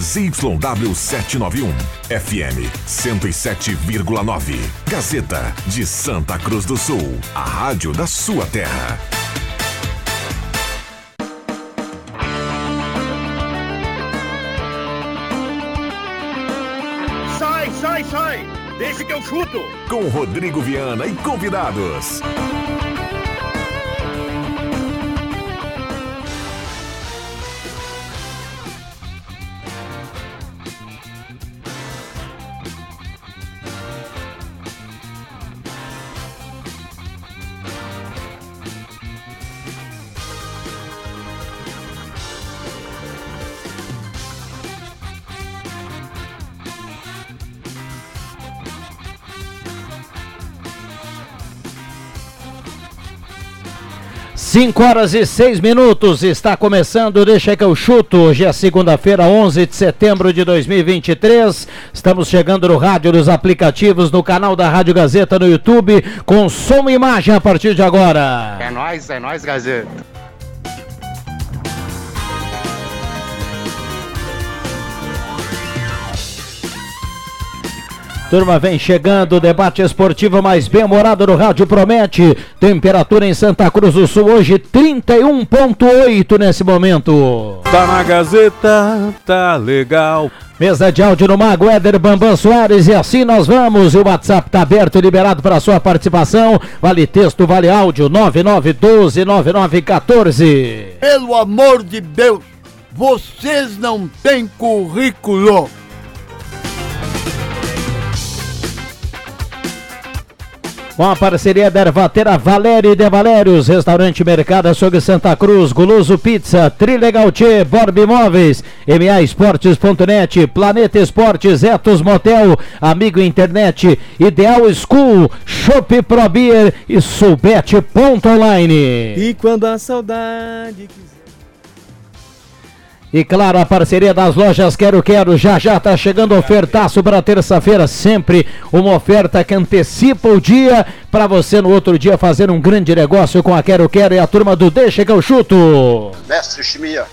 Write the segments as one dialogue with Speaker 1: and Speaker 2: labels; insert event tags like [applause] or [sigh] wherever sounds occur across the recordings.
Speaker 1: ZYW 791. FM 107,9. Gazeta de Santa Cruz do Sul. A rádio da sua terra.
Speaker 2: Sai, sai, sai! Deixa que eu chuto!
Speaker 1: Com Rodrigo Viana e convidados.
Speaker 3: Cinco horas e seis minutos, está começando, deixa que eu chuto, hoje é segunda-feira, 11 de setembro de 2023, estamos chegando no rádio, nos aplicativos, no canal da Rádio Gazeta no YouTube, com som e imagem a partir de agora.
Speaker 4: É nóis, é nóis, Gazeta.
Speaker 3: Turma vem chegando, o debate esportivo mais bem-humorado no rádio promete. Temperatura em Santa Cruz do Sul hoje 31.8 nesse momento.
Speaker 5: Tá na Gazeta, tá legal.
Speaker 3: Mesa de áudio no Mago, Éder Bambam Soares, e assim nós vamos. E o WhatsApp tá aberto e liberado para sua participação. Vale texto, vale áudio, 9912-9914.
Speaker 6: Pelo amor de Deus, vocês não têm currículo.
Speaker 3: Com a parceria da Ervatera Valéria e De Valérios, Restaurante Mercado Açougue Santa Cruz, Guloso Pizza, Trilegal Tchê, Borb Imóveis, MA Esportes.net, Planeta Esportes, Etos Motel, Amigo Internet, Ideal School, Shop Pro Beer e Subete.online.
Speaker 7: E quando a saudade quiser.
Speaker 3: E claro, a parceria das lojas Quero Quero já já tá chegando ofertaço para terça-feira, sempre uma oferta que antecipa o dia para você no outro dia fazer um grande negócio com a Quero Quero e a turma do Deixa que eu chuto.
Speaker 8: Mestre Chimia,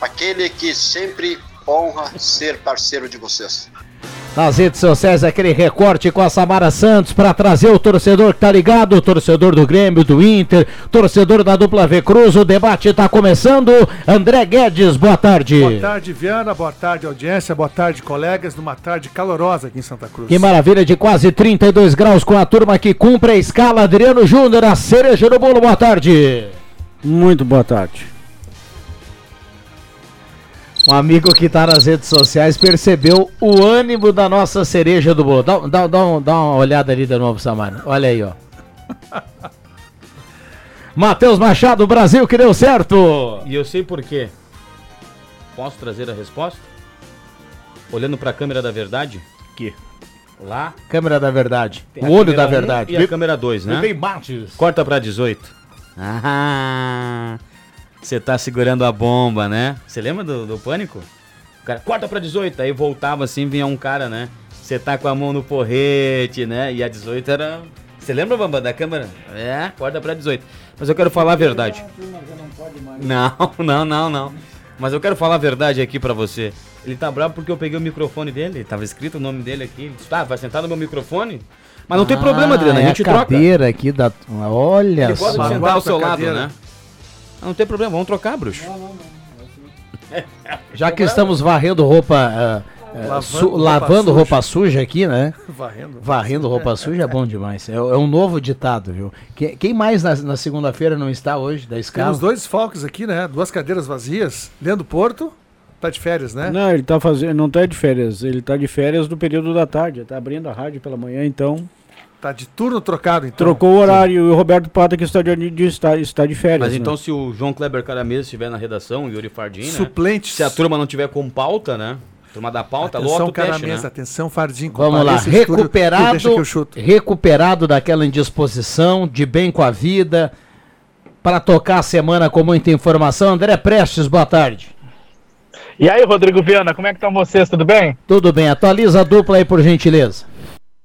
Speaker 8: aquele que sempre honra ser parceiro de vocês.
Speaker 3: Nas redes sociais, aquele recorte com a Samara Santos para trazer o torcedor que tá ligado, o torcedor do Grêmio, do Inter, torcedor da dupla V Cruz. O debate tá começando. André Guedes, boa tarde.
Speaker 9: Boa tarde, Viana. Boa tarde, audiência. Boa tarde, colegas. Numa tarde calorosa aqui em Santa Cruz.
Speaker 3: Que maravilha de quase 32 graus com a turma que cumpre a escala. Adriano Júnior, a cereja do bolo. Boa tarde.
Speaker 10: Muito boa tarde.
Speaker 3: Um amigo que está nas redes sociais percebeu o ânimo da nossa cereja do bolo. Dá, dá, dá, um- dá uma olhada ali de novo, Samara. Olha
Speaker 10: [laughs]
Speaker 3: aí, ó. Matheus Machado, Brasil que deu certo.
Speaker 11: E eu sei por quê. Posso trazer a resposta? Olhando pra câmera da verdade? Que? Lá.
Speaker 3: Câmera da verdade.
Speaker 11: tem
Speaker 3: o
Speaker 11: a
Speaker 3: olho
Speaker 11: câmera
Speaker 3: da
Speaker 11: um
Speaker 3: verdade.
Speaker 11: E a câmera 2, né?
Speaker 3: Vem bem bate.
Speaker 11: Corta pra 18. Ah, você tá segurando a bomba, né? Você lembra do, do pânico? O cara, corta pra 18. Aí voltava assim, vinha um cara, né? Você tá com a mão no porrete, né? E a 18 era. Você lembra, Bamba, da câmera? É, corta pra 18. Mas eu quero falar a verdade. Não, [laughs] não, não, não. Mas eu quero falar a verdade aqui pra você. Ele tá bravo porque eu peguei o microfone dele, tava escrito o nome dele aqui. Ele disse, tá, vai sentar no meu microfone? Mas não tem problema, Adriano, a gente
Speaker 3: Ah, é a
Speaker 11: troca.
Speaker 3: cadeira aqui da... Olha
Speaker 11: Ele gosta
Speaker 3: só.
Speaker 11: de sentar ao seu lado,
Speaker 3: cadeira.
Speaker 11: né? Ah, não tem problema, vamos trocar, bruxo.
Speaker 3: Já que estamos varrendo roupa... ah, ah,
Speaker 11: Lavando
Speaker 3: su-
Speaker 11: roupa
Speaker 3: lavando
Speaker 11: suja.
Speaker 3: roupa suja aqui, né?
Speaker 9: Varrendo.
Speaker 3: Varrendo roupa suja é bom demais. É, é um novo ditado, viu? Que- quem mais na, na segunda-feira não está hoje da escala?
Speaker 9: Temos dois falcos aqui, né? Duas cadeiras vazias. Leandro Porto, tá de férias,
Speaker 11: É.
Speaker 9: né?
Speaker 10: Não, ele tá fazendo, não tá de férias, ele tá de férias do período da tarde, tá abrindo a rádio pela manhã, então
Speaker 9: Tá de turno trocado, então.
Speaker 10: trocou o horário e o Roberto Pata que está de, de- está, está de férias.
Speaker 11: Ah, Mas
Speaker 10: né?
Speaker 11: então se o João Kleber Caramesa estiver na redação, o Yuri Fardim, né?
Speaker 9: Suplentes.
Speaker 11: Se a turma não tiver com pauta, né? Turma da pauta,
Speaker 9: Atenção,
Speaker 11: lota o
Speaker 9: cara
Speaker 11: teste, né?
Speaker 9: mesa. Atenção, Fardim.
Speaker 3: Vamos lá,
Speaker 9: compareça ao estúdio,
Speaker 3: recuperado,
Speaker 9: Deixa que eu chuto.
Speaker 3: recuperado daquela indisposição, de bem com a vida, para tocar a semana com muita informação. André Prestes, boa tarde.
Speaker 12: E aí, Rodrigo Viana, como é que estão vocês? Tudo bem?
Speaker 3: Tudo bem, atualiza a dupla aí por gentileza.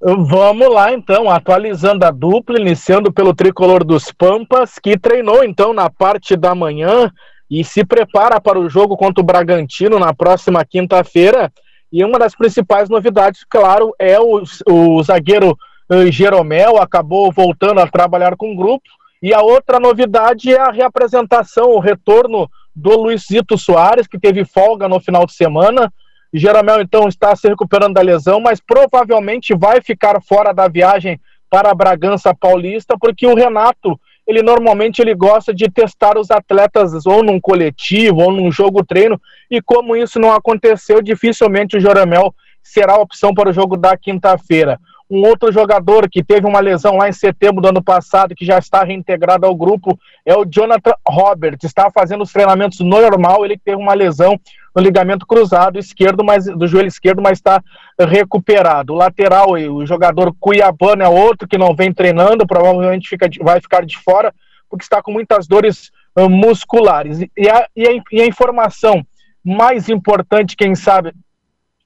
Speaker 12: Vamos lá, então, atualizando a dupla, iniciando pelo tricolor dos Pampas, que treinou então na parte da manhã e se prepara para o jogo contra o Bragantino na próxima quinta-feira. E uma das principais novidades, claro, é o, o zagueiro eh, Jeromel, acabou voltando a trabalhar com o grupo. E a outra novidade é a reapresentação, o retorno do Luizito Soares, que teve folga no final de semana. Jeromel, então, está se recuperando da lesão, mas provavelmente vai ficar fora da viagem para Bragança Paulista, porque o Renato, ele normalmente ele gosta de testar os atletas ou num coletivo ou num jogo treino, e como isso não aconteceu, dificilmente o Jeromel será a opção para o jogo da quinta-feira. Um outro jogador que teve uma lesão lá em setembro do ano passado, que já está reintegrado ao grupo, é o Jonathan Robert. Está fazendo os treinamentos normal, ele teve uma lesão no ligamento cruzado esquerdo, mas do joelho esquerdo, mas está recuperado. O lateral, e o jogador Cuiabano é outro que não vem treinando, provavelmente fica, de- vai ficar de fora, porque está com muitas dores ah, musculares. E- e a- e a in- e a informação mais importante, quem sabe,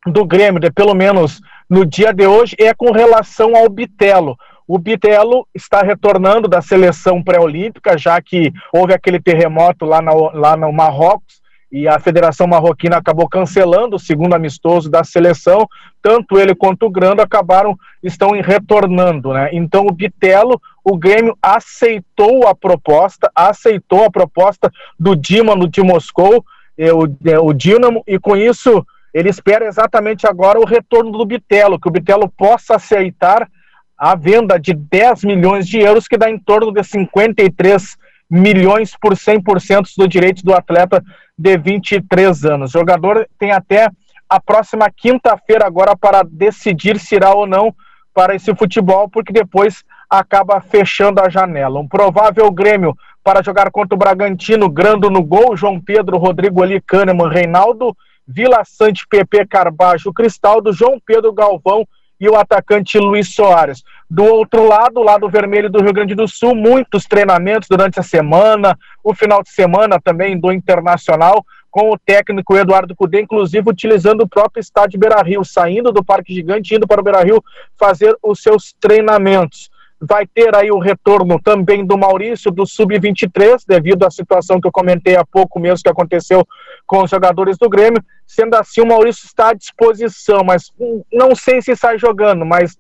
Speaker 12: do Grêmio, né, pelo menos no dia de hoje, é com relação ao Bitelo. O Bitelo está retornando da seleção pré-olímpica, já que houve aquele terremoto lá, na, lá no Marrocos e a Federação Marroquina acabou cancelando o segundo amistoso da seleção. Tanto ele quanto o Grando acabaram, estão em- retornando. Né? Então, o Bitelo, o Grêmio aceitou a proposta, aceitou a proposta do Dinamo de Moscou, eh, o, eh, o Dinamo, e com isso ele espera exatamente agora o retorno do Bitelo, que o Bitelo possa aceitar a venda de 10 milhões de euros, que dá em torno de 53 milhões por 100% do direito do atleta de 23 anos. O jogador tem até a próxima quinta-feira agora para decidir se irá ou não para esse futebol, porque depois acaba fechando a janela. Um provável Grêmio para jogar contra o Bragantino, Grando no gol, João Pedro, Rodrigo Ali, Kahneman, Reinaldo, Vila Sante, PP, Carbajo, Cristaldo, João Pedro, Galvão e o atacante Luiz Soares. Do outro lado, o lado vermelho do Rio Grande do Sul, muitos treinamentos durante a semana, o final de semana também do Internacional, com o técnico Eduardo Cudê, inclusive utilizando o próprio estádio Beira-Rio, saindo do Parque Gigante, indo para o Beira-Rio fazer os seus treinamentos. Vai ter aí o retorno também do Maurício, do Sub-23, devido à situação que eu comentei há pouco mesmo, que aconteceu com os jogadores do Grêmio. Sendo assim, o Maurício está à disposição, mas hum, não sei se sai jogando, mas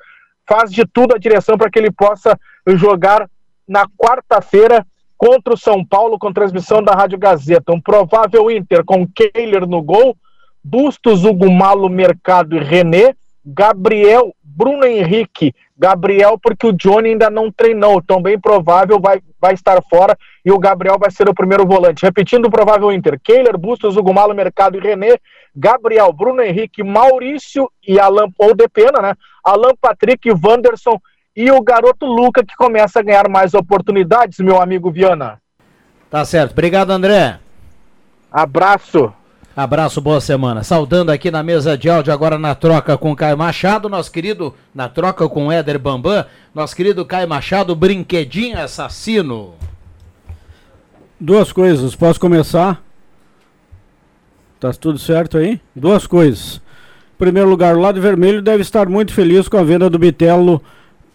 Speaker 12: faz de tudo a direção para que ele possa jogar na quarta-feira contra o São Paulo, com transmissão da Rádio Gazeta. Um provável Inter com Kehler no gol, Bustos, Hugo Malo, Mercado e René, Gabriel, Bruno Henrique, Gabriel, porque o Johnny ainda não treinou, então bem provável vai, vai estar fora e o Gabriel vai ser o primeiro volante. Repetindo o provável Inter, Kehler, Bustos, Hugo Malo, Mercado e René, Gabriel, Bruno Henrique, Maurício e Alan, ou Depena, né? Alan Patrick, Wanderson e o garoto Luca que começa a ganhar mais oportunidades, meu amigo Viana.
Speaker 3: Tá certo. Obrigado, André.
Speaker 12: Abraço.
Speaker 3: Abraço, boa semana. Saudando aqui na mesa de áudio, agora na troca com Caio Machado, nosso querido, na troca com Éder Bambam, nosso querido Caio Machado, brinquedinho assassino.
Speaker 10: Duas coisas, posso começar? Tá tudo certo aí? Duas coisas. Em primeiro lugar, o lado vermelho deve estar muito feliz com a venda do Bitelo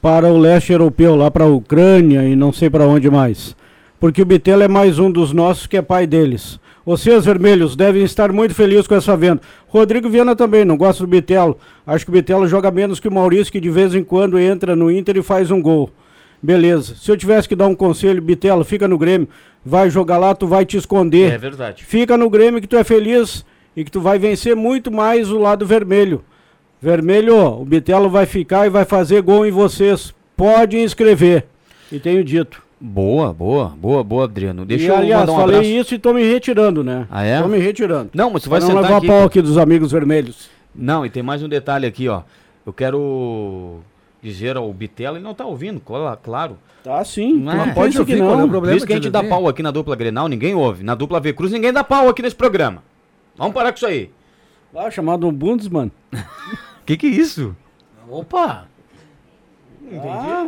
Speaker 10: para o leste europeu, lá para a Ucrânia e não sei para onde mais. Porque o Bitelo é mais um dos nossos que é pai deles. Vocês, vermelhos, devem estar muito felizes com essa venda. Rodrigo Viana também, não gosta do Bitelo. Acho que o Bitelo joga menos que o Maurício, que de vez em quando entra no Inter e faz um gol. Beleza. Se eu tivesse que dar um conselho, Bitelo, fica no Grêmio. Vai jogar lá, tu vai te esconder.
Speaker 11: É verdade.
Speaker 10: Fica no Grêmio que tu é feliz e que tu vai vencer muito mais o lado vermelho. Vermelho, o Bitelo vai ficar e vai fazer gol em vocês. Pode inscrever. E tenho dito.
Speaker 11: Boa, boa, boa, boa, Adriano. Deixa
Speaker 10: e,
Speaker 11: eu
Speaker 10: aliás,
Speaker 11: mandar um
Speaker 10: falei
Speaker 11: abraço.
Speaker 10: isso e tô me retirando, né?
Speaker 11: Ah, é?
Speaker 10: Tô me retirando.
Speaker 11: Não, mas tu vai
Speaker 10: Pra
Speaker 11: sentar
Speaker 10: levar
Speaker 11: aqui,
Speaker 10: pau
Speaker 11: cara.
Speaker 10: aqui dos amigos vermelhos.
Speaker 11: Não, e tem mais um detalhe aqui, ó. Eu quero dizer ao Bitelo, ele não tá ouvindo, cla- claro.
Speaker 10: Tá sim,
Speaker 11: Não
Speaker 10: mas pode ouvir, qual é o problema
Speaker 11: Por isso que a
Speaker 10: de
Speaker 11: gente dá
Speaker 10: ouvir?
Speaker 11: pau aqui na dupla Grenal, ninguém ouve. Na dupla V Cruz, ninguém dá pau aqui nesse programa. Vamos parar com isso aí.
Speaker 10: Lá, Ah, chamado Bundesman.
Speaker 11: Que que é isso? Opa!
Speaker 10: Ah,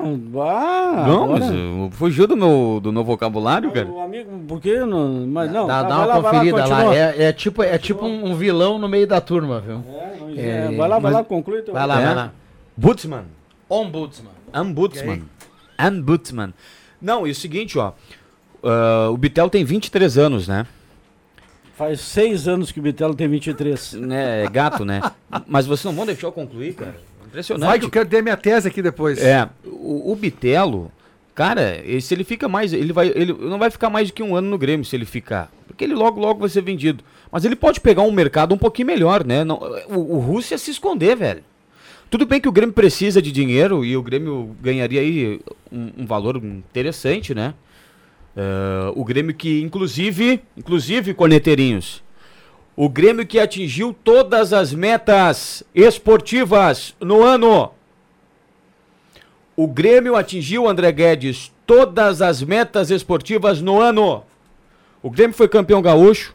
Speaker 11: não,
Speaker 10: agora-
Speaker 11: mas eu- fugiu do meu, do meu vocabulário, cara.
Speaker 10: O amigo, por que não? Mas não,
Speaker 3: Dá,
Speaker 10: tá,
Speaker 3: dá
Speaker 10: vai
Speaker 3: uma
Speaker 10: lá, vai lá,
Speaker 3: conferida lá.
Speaker 10: continua.
Speaker 3: É, é tipo, é tipo um, um vilão no meio da turma, viu?
Speaker 10: é, vai lá, vai
Speaker 11: mas-
Speaker 10: lá, conclui. teu-
Speaker 3: Vai lá,
Speaker 11: É.
Speaker 3: vai lá.
Speaker 11: Butzman.
Speaker 3: Ombudsman.
Speaker 11: Ombudsman. Ombudsman. Não, e o seguinte, ó. ah, o Bitel tem 23 anos, né?
Speaker 10: Faz seis anos que o Bitelo tem 23.
Speaker 11: Né, é gato, né? Mas vocês não vão deixar eu concluir, cara. Impressionante.
Speaker 9: Vai que eu quero dar minha tese aqui depois.
Speaker 11: Né? É, o, o Bitelo, cara, ele- se ele fica mais, ele vai, ele não vai ficar mais do que um ano no Grêmio se ele ficar, porque ele logo logo vai ser vendido. Mas ele pode pegar um mercado um pouquinho melhor, né? Não, o, o Russo ia se esconder, velho. Tudo bem que o Grêmio precisa de dinheiro e o Grêmio ganharia aí um, um valor interessante, né? É, o Grêmio que, inclusive, inclusive, corneteirinhos, o Grêmio que atingiu todas as metas esportivas no ano. O Grêmio atingiu, André Guedes, todas as metas esportivas no ano. O Grêmio foi campeão gaúcho.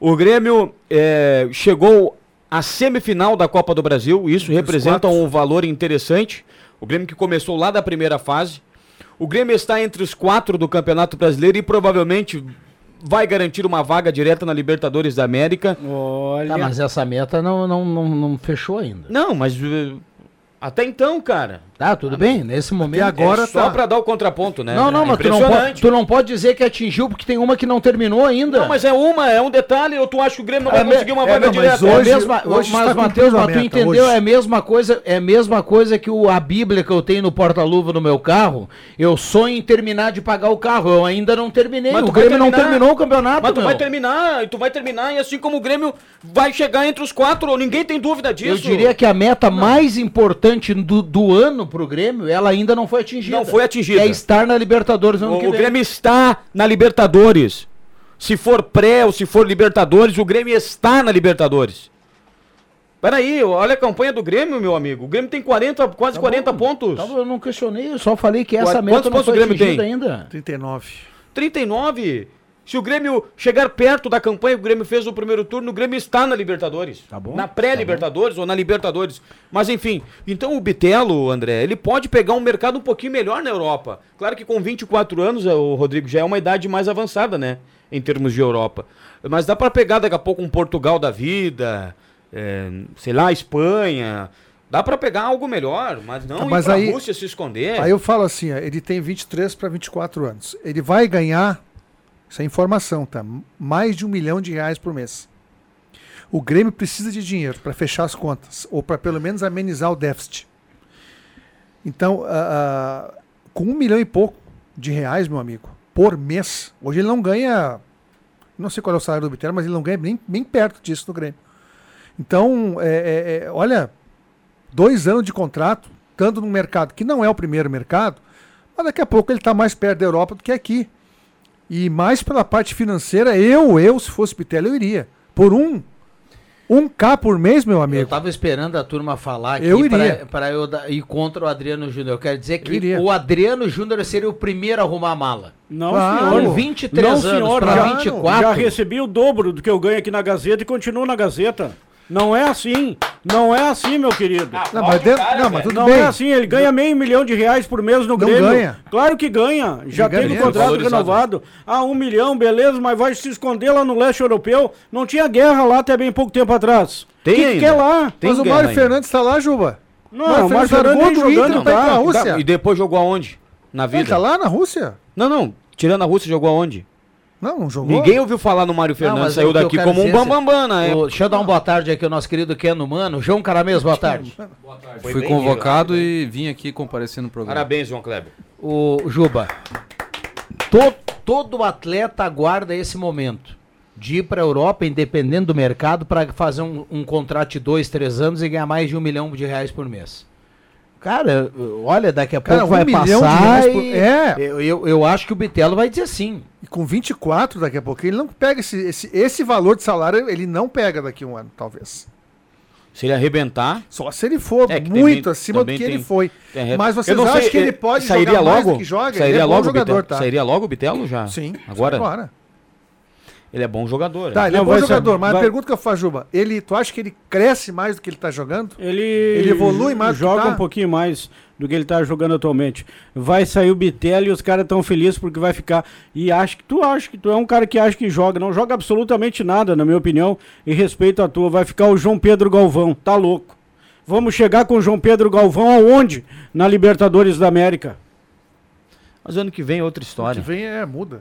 Speaker 11: O Grêmio eh, chegou à semifinal da Copa do Brasil. Isso representa um valor interessante. O Grêmio que começou lá da primeira fase. O Grêmio está entre os quatro do Campeonato Brasileiro e provavelmente vai garantir uma vaga direta na Libertadores da América.
Speaker 10: Olha.
Speaker 3: Tá, mas essa meta não, não, não, não fechou ainda.
Speaker 11: Não, mas eh, até então, cara.
Speaker 3: Tá, tudo bem? Nesse momento.
Speaker 11: é só pra dar o contraponto, né?
Speaker 3: tá. Não, não,
Speaker 11: É
Speaker 3: mas tu não, pode,
Speaker 11: impressionante.
Speaker 3: tu não pode dizer que atingiu porque tem uma que não terminou ainda.
Speaker 11: Não, mas é uma, é um detalhe. Eu tu acho que o Grêmio não vai
Speaker 3: me-
Speaker 11: conseguir uma
Speaker 3: é,
Speaker 11: vaga
Speaker 3: não,
Speaker 11: direta.
Speaker 3: mas hoje, mesma, mas Matheus, mas tu entendeu, é a mesma coisa, é a mesma coisa que o, a Bíblia que eu tenho no porta-luva no meu carro. Eu sonho em terminar de pagar o carro, eu ainda não terminei.
Speaker 11: Mas
Speaker 3: o
Speaker 11: tu vai
Speaker 3: Grêmio não
Speaker 11: terminar.
Speaker 3: terminou o campeonato,
Speaker 11: Mas tu
Speaker 3: meu.
Speaker 11: vai terminar, e tu vai terminar, e assim como o Grêmio vai chegar entre os quatro, ninguém tem dúvida disso.
Speaker 3: Eu diria que a meta mais importante do, do ano pro Grêmio, ela ainda não foi atingida.
Speaker 11: Não foi atingida.
Speaker 3: Que é estar na Libertadores no ano
Speaker 11: o,
Speaker 3: que
Speaker 11: o
Speaker 3: vem.
Speaker 11: Grêmio está na Libertadores. Se for pré ou se for Libertadores, o Grêmio está na Libertadores. Peraí, olha a campanha do Grêmio, meu amigo. O Grêmio tem 40, quase 40 pontos.
Speaker 3: Então, eu não questionei, eu só falei que essa
Speaker 11: Quantos
Speaker 3: meta não
Speaker 11: pontos o
Speaker 3: foi
Speaker 11: Grêmio
Speaker 3: atingida
Speaker 11: tem?
Speaker 3: ainda.
Speaker 9: 39.
Speaker 11: 39. Se o Grêmio chegar perto da campanha que o Grêmio fez no primeiro turno, o Grêmio está na Libertadores. Tá bom. Na pré-Libertadores ou na Libertadores. Mas enfim, então o Bitelo, André, ele pode pegar um mercado um pouquinho melhor na Europa. Claro que com 24 anos, eh, o Rodrigo já é uma idade mais avançada, né? Em termos de Europa. Mas dá pra pegar daqui a pouco um Portugal da vida, eh, sei lá, Espanha. Dá pra pegar algo melhor, mas não
Speaker 9: Tá,
Speaker 11: ir
Speaker 9: mas
Speaker 11: pra
Speaker 9: aí-
Speaker 11: Rússia se esconder.
Speaker 9: Aí eu falo assim, ó, ele tem 23 para 24 anos. Ele vai ganhar, isso é informação, tá? Mais de um milhão de reais por mês. O Grêmio precisa de dinheiro para fechar as contas, ou para pelo menos amenizar o déficit. Então, ah, ah, com um milhão e pouco de reais, meu amigo, por mês, hoje ele não ganha, não sei qual é o salário do Bitero, mas ele não ganha nem, nem perto disso no Grêmio. Então, é, é, é, olha, dois anos de contrato, estando num mercado que não é o primeiro mercado, mas daqui a pouco ele está mais perto da Europa do que aqui. E mais pela parte financeira, eu, eu, se fosse Pitela, eu iria. Por um, um K por mês, meu
Speaker 3: Eu
Speaker 9: amigo.
Speaker 3: tava esperando a turma falar aqui
Speaker 9: Eu iria.
Speaker 3: para eu dar- ir contra o Adriano Júnior. Eu quero dizer
Speaker 9: Eu
Speaker 3: que
Speaker 9: iria.
Speaker 3: o Adriano Júnior seria o primeiro a arrumar a mala.
Speaker 10: Não,
Speaker 9: Claro.
Speaker 10: senhor.
Speaker 3: Com 23
Speaker 10: não,
Speaker 3: anos
Speaker 10: senhor,
Speaker 3: pra
Speaker 10: já,
Speaker 3: 24.
Speaker 10: Já recebi o dobro do que eu ganho aqui na Gazeta e continuo na Gazeta. Não é assim. Não é assim, meu querido.
Speaker 9: Não, mas, dentro- não, mas tudo
Speaker 10: Não
Speaker 9: bem.
Speaker 10: é assim, ele ganha meio milhão de reais por mês no
Speaker 9: Não
Speaker 10: Grêmio.
Speaker 9: ganha.
Speaker 10: Claro que ganha. Já
Speaker 9: ganha
Speaker 10: tem o
Speaker 9: dinheiro.
Speaker 10: contrato
Speaker 11: Valorizado.
Speaker 10: renovado. Ah, um milhão, beleza, mas vai se esconder lá no leste europeu. Não tinha guerra lá até bem pouco tempo atrás.
Speaker 11: Tem
Speaker 10: que, que
Speaker 11: ainda.
Speaker 10: quer lá?
Speaker 11: Tem
Speaker 9: mas o
Speaker 11: ganho
Speaker 9: Mário
Speaker 11: ainda.
Speaker 9: Fernandes está lá, Juba.
Speaker 10: Não, o Mário
Speaker 9: Fernandes largou
Speaker 10: Fernandes
Speaker 9: do
Speaker 10: nem
Speaker 9: Inter
Speaker 10: jogando
Speaker 9: pra ir pra
Speaker 10: tá.
Speaker 9: Rússia.
Speaker 11: E depois jogou aonde? Na vida?
Speaker 9: Ele tá lá na Rússia?
Speaker 11: Não, não. Tirando a Rússia, jogou aonde?
Speaker 9: Não, não jogou.
Speaker 11: Ninguém ouviu falar no Mário
Speaker 3: Não,
Speaker 11: Fernandes,
Speaker 9: é
Speaker 3: mas é
Speaker 11: saiu
Speaker 3: o que eu
Speaker 11: daqui
Speaker 3: quero
Speaker 11: como um
Speaker 3: dizer,
Speaker 11: bambambam na
Speaker 3: Ô,
Speaker 11: época.
Speaker 3: deixa eu dar uma boa tarde aqui ao nosso querido Keno Mano. João Caramês, boa tarde.
Speaker 5: Fui convocado e vim aqui comparecer no programa.
Speaker 11: Parabéns, João Kleber.
Speaker 3: O Juba, to- todo atleta aguarda esse momento de ir para a Europa, independente do mercado, para fazer um, um contrato de dois, três anos e ganhar mais de um milhão de reais por mês. Cara, olha, daqui a
Speaker 9: Cara,
Speaker 3: pouco
Speaker 9: um
Speaker 3: vai
Speaker 9: milhão de
Speaker 3: passar.
Speaker 9: reais por-
Speaker 3: e-
Speaker 9: É.
Speaker 3: Eu, eu, eu acho que o Bitelo vai dizer sim.
Speaker 9: E com 24 daqui a pouco, ele não pega esse, esse, esse valor de salário, ele não pega daqui a um ano, talvez.
Speaker 11: Se ele arrebentar,
Speaker 9: Só se ele for
Speaker 11: É que
Speaker 9: muito
Speaker 11: também-
Speaker 9: acima do
Speaker 11: também
Speaker 9: que ele
Speaker 11: tem-
Speaker 9: foi.
Speaker 11: tem re-
Speaker 9: Mas
Speaker 11: Eu
Speaker 9: vocês
Speaker 11: não
Speaker 9: acham
Speaker 11: sei,
Speaker 9: que ele
Speaker 11: eh,
Speaker 9: pode
Speaker 11: sairia
Speaker 9: jogar mais
Speaker 11: logo?
Speaker 9: do que joga?
Speaker 11: Sairia
Speaker 9: ele é bom
Speaker 11: logo o
Speaker 9: jogador,
Speaker 11: Bitelo?
Speaker 9: tá?
Speaker 11: Sairia logo o Bitelo já?
Speaker 9: Sim,
Speaker 11: Agora?
Speaker 9: Agora.
Speaker 11: Ele é bom jogador.
Speaker 9: Tá,
Speaker 11: é.
Speaker 9: ele é
Speaker 10: Não,
Speaker 9: bom
Speaker 10: vai ser-
Speaker 9: jogador, mas
Speaker 10: vai-
Speaker 9: a pergunta que eu faço, Juba, ele, tu acha que ele cresce mais do que ele tá jogando?
Speaker 10: Ele,
Speaker 9: Ele evolui mais do que
Speaker 10: joga
Speaker 9: tá?
Speaker 10: um pouquinho mais do que ele tá jogando atualmente. Vai sair o Bitelli e os caras tão felizes porque vai ficar. E acho que tu acha que tu é um cara que acha que joga, não joga absolutamente nada, na minha opinião, e respeito à tua. Vai ficar o João Pedro Galvão, tá louco. Vamos chegar com o João Pedro Galvão aonde? Na Libertadores da América.
Speaker 11: Mas ano que vem é outra história.
Speaker 9: Que vem é muda.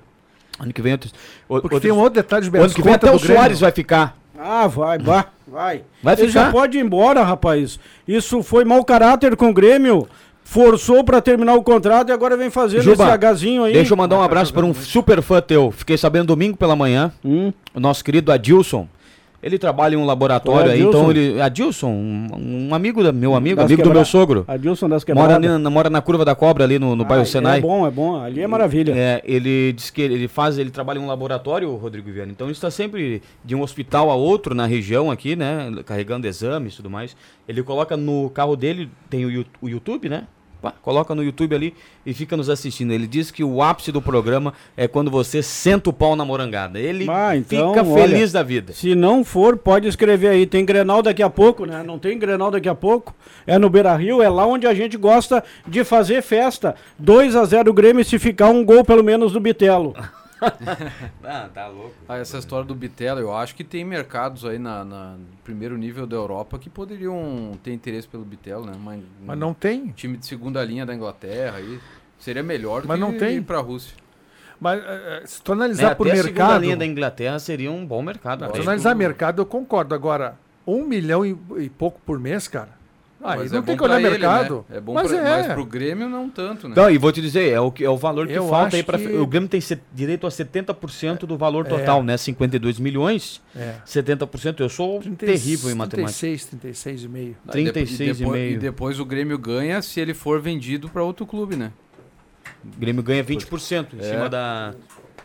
Speaker 11: Ano que vem outros.
Speaker 9: Porque tem um outro detalhe de
Speaker 11: Ano que vem até o Soares vai ficar.
Speaker 10: Ah, vai, bah, vai.
Speaker 11: Vai
Speaker 10: Ele
Speaker 11: ficar.
Speaker 10: já pode ir embora, rapaz. Isso foi mau caráter com o Grêmio. Forçou pra terminar o contrato e agora vem fazendo esse agazinho aí.
Speaker 11: Deixa eu mandar um abraço para um super fã teu. Fiquei sabendo domingo pela manhã.
Speaker 10: Hum.
Speaker 11: O nosso querido Adilson. Ele trabalha em um laboratório
Speaker 10: Ô,
Speaker 11: aí, então
Speaker 10: Adilson.
Speaker 11: ele. Adilson, um, um amigo da, meu amigo,
Speaker 10: Das
Speaker 11: amigo do
Speaker 10: quebra-
Speaker 11: meu sogro.
Speaker 10: Adilson das
Speaker 11: Mora,
Speaker 10: Quebradas.
Speaker 11: ali na, mora na curva da cobra ali no, no bairro Senai.
Speaker 10: É bom, é bom. Ali é maravilha.
Speaker 11: É, ele diz que ele ele faz, ele trabalha em um laboratório, o Rodrigo Viana. Então ele está sempre de um hospital a outro na região aqui, né? Carregando exames e tudo mais. Ele coloca no carro dele, tem o, Yu- o YouTube, né? Pá, coloca no YouTube ali e fica nos assistindo. Ele diz que o ápice do programa é quando você senta o pau na morangada. Ele
Speaker 10: Ah, então,
Speaker 11: fica
Speaker 10: olha,
Speaker 11: feliz da vida.
Speaker 10: Se não for, pode escrever aí. Tem Grenal daqui a pouco, né? Não tem Grenal daqui a pouco. É no Beira Rio, é lá onde a gente gosta de fazer festa. 2 a 0 Grêmio se ficar um gol pelo menos do Bitelo.
Speaker 11: Ah, tá louco.
Speaker 5: essa história do Bitelo, eu acho que tem mercados aí na, na primeiro nível da Europa que poderiam ter interesse pelo Bitelo, né? Mas, um
Speaker 9: Mas não tem.
Speaker 5: Time de segunda linha da Inglaterra aí. Seria melhor do
Speaker 9: Mas
Speaker 5: que
Speaker 9: não tem.
Speaker 5: ir pra Rússia.
Speaker 9: Mas eh, eh, se tu
Speaker 11: Né?
Speaker 9: analisar
Speaker 11: Até
Speaker 9: por
Speaker 11: a segunda
Speaker 9: mercado.
Speaker 11: linha da Inglaterra seria um bom mercado.
Speaker 9: Se
Speaker 11: Até
Speaker 9: tu analisar
Speaker 11: pro-
Speaker 9: mercado, eu concordo. Agora, um milhão e, e pouco por mês, cara. Aí
Speaker 5: Mas
Speaker 9: Ah, não
Speaker 5: é
Speaker 9: tem
Speaker 5: bom
Speaker 9: que olhar
Speaker 5: pra ele,
Speaker 9: mercado.
Speaker 5: né? É bom
Speaker 9: mas
Speaker 5: pra,
Speaker 9: é.
Speaker 5: mas pro Grêmio não tanto, né?
Speaker 11: Não, e vou te dizer, é o, que- é o valor que
Speaker 5: Eu
Speaker 11: falta
Speaker 5: acho
Speaker 11: aí para
Speaker 5: que-
Speaker 11: O Grêmio tem se- direito a 70% do valor
Speaker 9: É.
Speaker 11: total, né? 52 milhões.
Speaker 9: É.
Speaker 11: 70%. Eu sou
Speaker 9: 30
Speaker 11: terrível em matemática.
Speaker 9: 36, 36 e meio.
Speaker 5: Ah, e depo- e
Speaker 11: 36,5.
Speaker 5: depois- E depois o Grêmio ganha se ele for vendido pra outro clube, né?
Speaker 11: O Grêmio ganha 20% em
Speaker 5: É.
Speaker 11: cima da.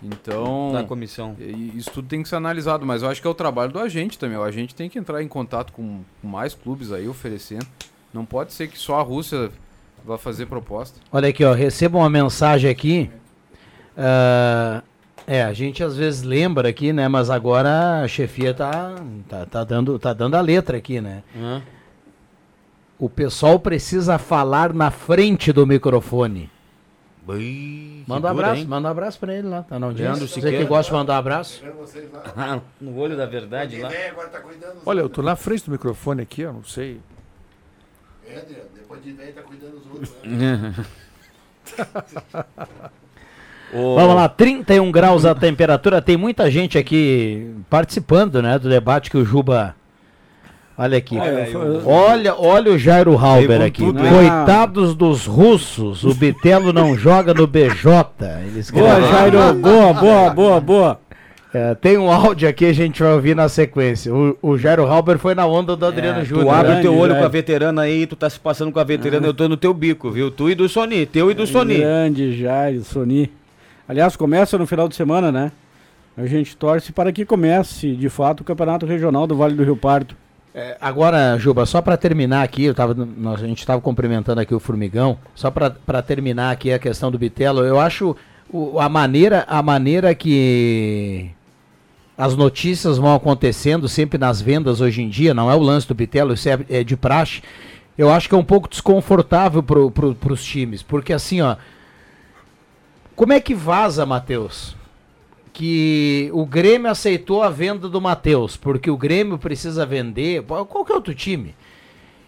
Speaker 5: Então,
Speaker 11: Da comissão.
Speaker 5: e- isso tudo tem que ser analisado, mas eu acho que é o trabalho do agente também. O agente tem que entrar em contato com com mais clubes aí oferecendo. Não pode ser que só a Rússia vá fazer proposta.
Speaker 3: Olha aqui, ó, recebo uma mensagem aqui. Ah, é, a gente às vezes lembra aqui, né? Mas agora a chefia tá, tá, tá dando, tá dando a letra aqui, né?
Speaker 11: Hã?
Speaker 3: O pessoal precisa falar na frente do microfone.
Speaker 11: Bem,
Speaker 3: Manda um
Speaker 11: que dura,
Speaker 3: abraço, [laughs]
Speaker 11: hein?
Speaker 3: manda um abraço pra ele lá, tá na audiência.
Speaker 11: Leandro
Speaker 3: Você
Speaker 11: Siqueira.
Speaker 3: que gosta de mandar um abraço.
Speaker 11: Ah, no olho da verdade lá.
Speaker 9: Olha, eu tô na frente do microfone aqui, eu não sei.
Speaker 4: É, Adriano, depois de velho tá cuidando dos outros.
Speaker 11: Ô,
Speaker 3: Vamos lá, 31 graus a temperatura. Tem muita gente aqui participando, né, do debate que o Juba. Olha aqui.
Speaker 10: Olha,
Speaker 3: Olha,
Speaker 10: aí,
Speaker 3: olha, o Jairo Halber
Speaker 10: com
Speaker 3: aqui.
Speaker 10: tudo, hein?
Speaker 3: Coitados dos russos, o Bitelo
Speaker 10: [laughs]
Speaker 3: não joga no BJ. Ele escreveu.
Speaker 10: Boa, Jairo. Boa, boa, boa, boa.
Speaker 3: É, tem um áudio aqui, a gente vai ouvir na sequência. O, o Jairo Halber foi na onda do Adriano
Speaker 11: É,
Speaker 3: Júnior.
Speaker 11: tu abre o teu
Speaker 3: Grande,
Speaker 11: olho com a
Speaker 3: Jairo.
Speaker 11: veterana aí, tu tá se passando com a veterana, eu tô no teu bico, viu? Tu e do Sony, teu e do [laughs] Sony.
Speaker 10: Grande Jair, Sony. Aliás, começa no final de semana, né? A gente torce para que comece, de fato, o Campeonato Regional do Vale do Rio Pardo.
Speaker 3: É, agora, Juba, só para terminar aqui, eu tava, nós, a gente estava cumprimentando aqui o Formigão, só para terminar aqui a questão do Bitelo, eu acho o- a, maneira, a maneira que as notícias vão acontecendo sempre nas vendas hoje em dia, não é o lance do Bitelo, isso é, é de praxe, eu acho que é um pouco desconfortável pro, pro, pros times, porque assim, ó, como é que vaza, Matheus? que o Grêmio aceitou a venda do Matheus, porque o Grêmio precisa vender, pô, qualquer outro time.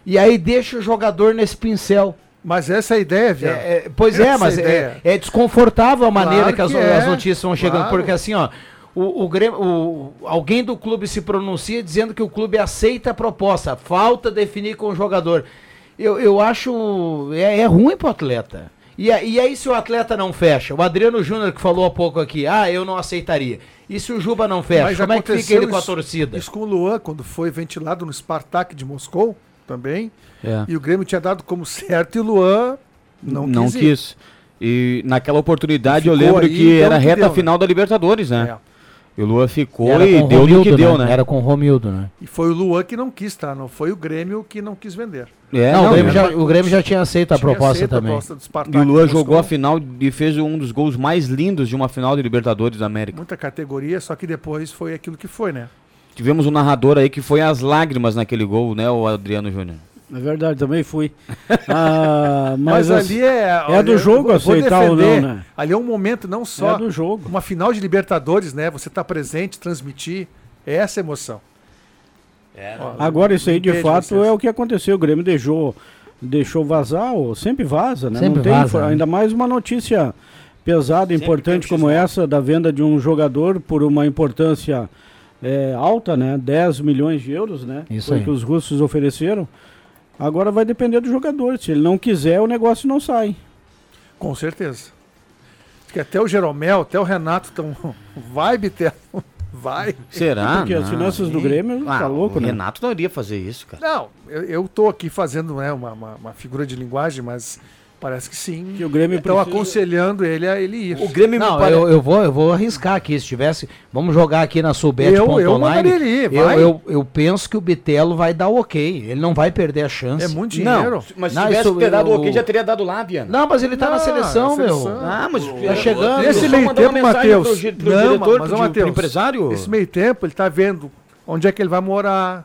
Speaker 3: E aí deixa o jogador nesse pincel.
Speaker 9: Mas essa é a ideia,
Speaker 3: velho.
Speaker 9: Viana.
Speaker 3: pois é,
Speaker 9: Essa
Speaker 3: mas
Speaker 9: é a
Speaker 3: é,
Speaker 9: ideia.
Speaker 3: é desconfortável a maneira
Speaker 9: Claro
Speaker 3: que, as,
Speaker 9: que é,
Speaker 3: as notícias vão chegando,
Speaker 9: claro.
Speaker 3: porque assim, ó, o, o Grêmio, o- alguém do clube se pronuncia dizendo que o clube aceita a proposta, falta definir com o jogador. Eu, eu acho é, é ruim pro atleta. E, a- e aí se o atleta não fecha? O Adriano Júnior que falou há pouco aqui, ah, eu não aceitaria. E se o Juba não fecha?
Speaker 9: Mas
Speaker 3: Como é que fica
Speaker 9: aconteceu
Speaker 3: ele com a
Speaker 9: isso-
Speaker 3: torcida?
Speaker 9: Isso com o Luan, quando foi ventilado no Spartak de Moscou também.
Speaker 11: É.
Speaker 9: E o Grêmio tinha dado como certo e o Luan não,
Speaker 11: não quis.
Speaker 9: ir.
Speaker 11: E naquela oportunidade
Speaker 9: Ficou
Speaker 11: eu lembro
Speaker 9: aí,
Speaker 11: que
Speaker 9: então,
Speaker 11: era
Speaker 9: que
Speaker 11: reta
Speaker 9: deu, né?
Speaker 11: final da Libertadores, né? E o Lua ficou
Speaker 3: Era
Speaker 11: e
Speaker 3: com o
Speaker 11: deu no
Speaker 3: Romildo,
Speaker 11: que deu, né?
Speaker 3: Era com o Romildo, né?
Speaker 9: E foi o Luan que não quis, tá? Não foi o Grêmio que não quis vender.
Speaker 11: É,
Speaker 3: não,
Speaker 11: não,
Speaker 3: o, Grêmio
Speaker 11: é.
Speaker 3: já, o Grêmio já tinha aceito a
Speaker 9: Tinha
Speaker 3: proposta
Speaker 9: aceito a
Speaker 3: também.
Speaker 9: proposta do Spartak
Speaker 11: E o Lua
Speaker 9: de Moscou.
Speaker 11: jogou a final e fez um dos gols mais lindos de uma final de Libertadores da América.
Speaker 9: Muita categoria, só que depois foi aquilo que foi, né?
Speaker 11: Tivemos um narrador aí que foi às lágrimas naquele gol, né, o Adriano Júnior.
Speaker 10: É verdade,
Speaker 11: [laughs]
Speaker 10: também fui. Ah, mas,
Speaker 9: Mas, ali é.
Speaker 10: É
Speaker 9: olha,
Speaker 10: do jogo
Speaker 9: eu vou
Speaker 10: aceitar ou não,
Speaker 9: defender.
Speaker 10: né?
Speaker 9: Ali é um momento não só.
Speaker 10: É do jogo.
Speaker 9: Uma final de Libertadores, né? Você tá presente, transmitir. É essa a emoção. Ó,
Speaker 10: Agora, isso aí, de
Speaker 9: entende
Speaker 10: fato,
Speaker 9: vocês.
Speaker 10: é o que aconteceu. O Grêmio deixou, deixou vazar, ou sempre vaza, né?
Speaker 3: Sempre
Speaker 10: Não tem
Speaker 3: vaza,
Speaker 10: info-
Speaker 3: né?
Speaker 10: Ainda mais uma notícia pesada, importante como essa, da venda de um jogador por uma importância é, alta, né? 10 milhões de euros, né?
Speaker 3: Isso
Speaker 10: Foi
Speaker 3: aí.
Speaker 10: que os russos ofereceram. Agora vai depender do jogador. Se ele não quiser, o negócio não sai.
Speaker 9: Com certeza. Porque até o Jeromel, até o Renato [laughs] estão. Vai, Bitelo. [laughs] Vai.
Speaker 3: Ah,
Speaker 11: Será?
Speaker 10: Porque as finanças do Grêmio
Speaker 11: ah,
Speaker 9: tá louco,
Speaker 11: o
Speaker 9: né?
Speaker 11: Renato não iria fazer isso, cara.
Speaker 9: Não, eu, eu tô aqui fazendo né, uma, uma, uma figura de linguagem, mas parece que sim. Que
Speaker 10: o Grêmio
Speaker 9: Estão
Speaker 10: precisa-
Speaker 9: aconselhando ele a ele ir. O
Speaker 11: Grêmio
Speaker 3: Não, eu, eu vou, eu vou arriscar aqui. Se tivesse. Vamos jogar aqui na
Speaker 9: Eu- eu
Speaker 3: subet.online.
Speaker 9: mandaria ele ir,
Speaker 3: eu,
Speaker 9: vai.
Speaker 3: eu, eu penso que o Bitelo vai dar o ok. Ele não vai perder a chance.
Speaker 9: É muito
Speaker 11: Não, mas se tivesse
Speaker 3: isso-
Speaker 11: dado
Speaker 3: eu-
Speaker 11: o ok, já teria dado lá, Viana.
Speaker 3: Não, mas ele tá na
Speaker 11: Não,
Speaker 3: seleção,
Speaker 11: na
Speaker 3: meu.
Speaker 11: seleção. Ah, mas
Speaker 3: tá chegando.
Speaker 9: Esse
Speaker 11: Só
Speaker 9: meio
Speaker 11: mandar uma
Speaker 9: tempo,
Speaker 11: mensagem
Speaker 9: Matheus.
Speaker 11: pro gi- pro
Speaker 9: Não,
Speaker 11: diretor,
Speaker 9: mas,
Speaker 11: pro
Speaker 9: ô,
Speaker 11: di- pro
Speaker 9: Matheus,
Speaker 11: empresário?
Speaker 9: Esse meio tempo, ele tá vendo onde é que ele vai morar,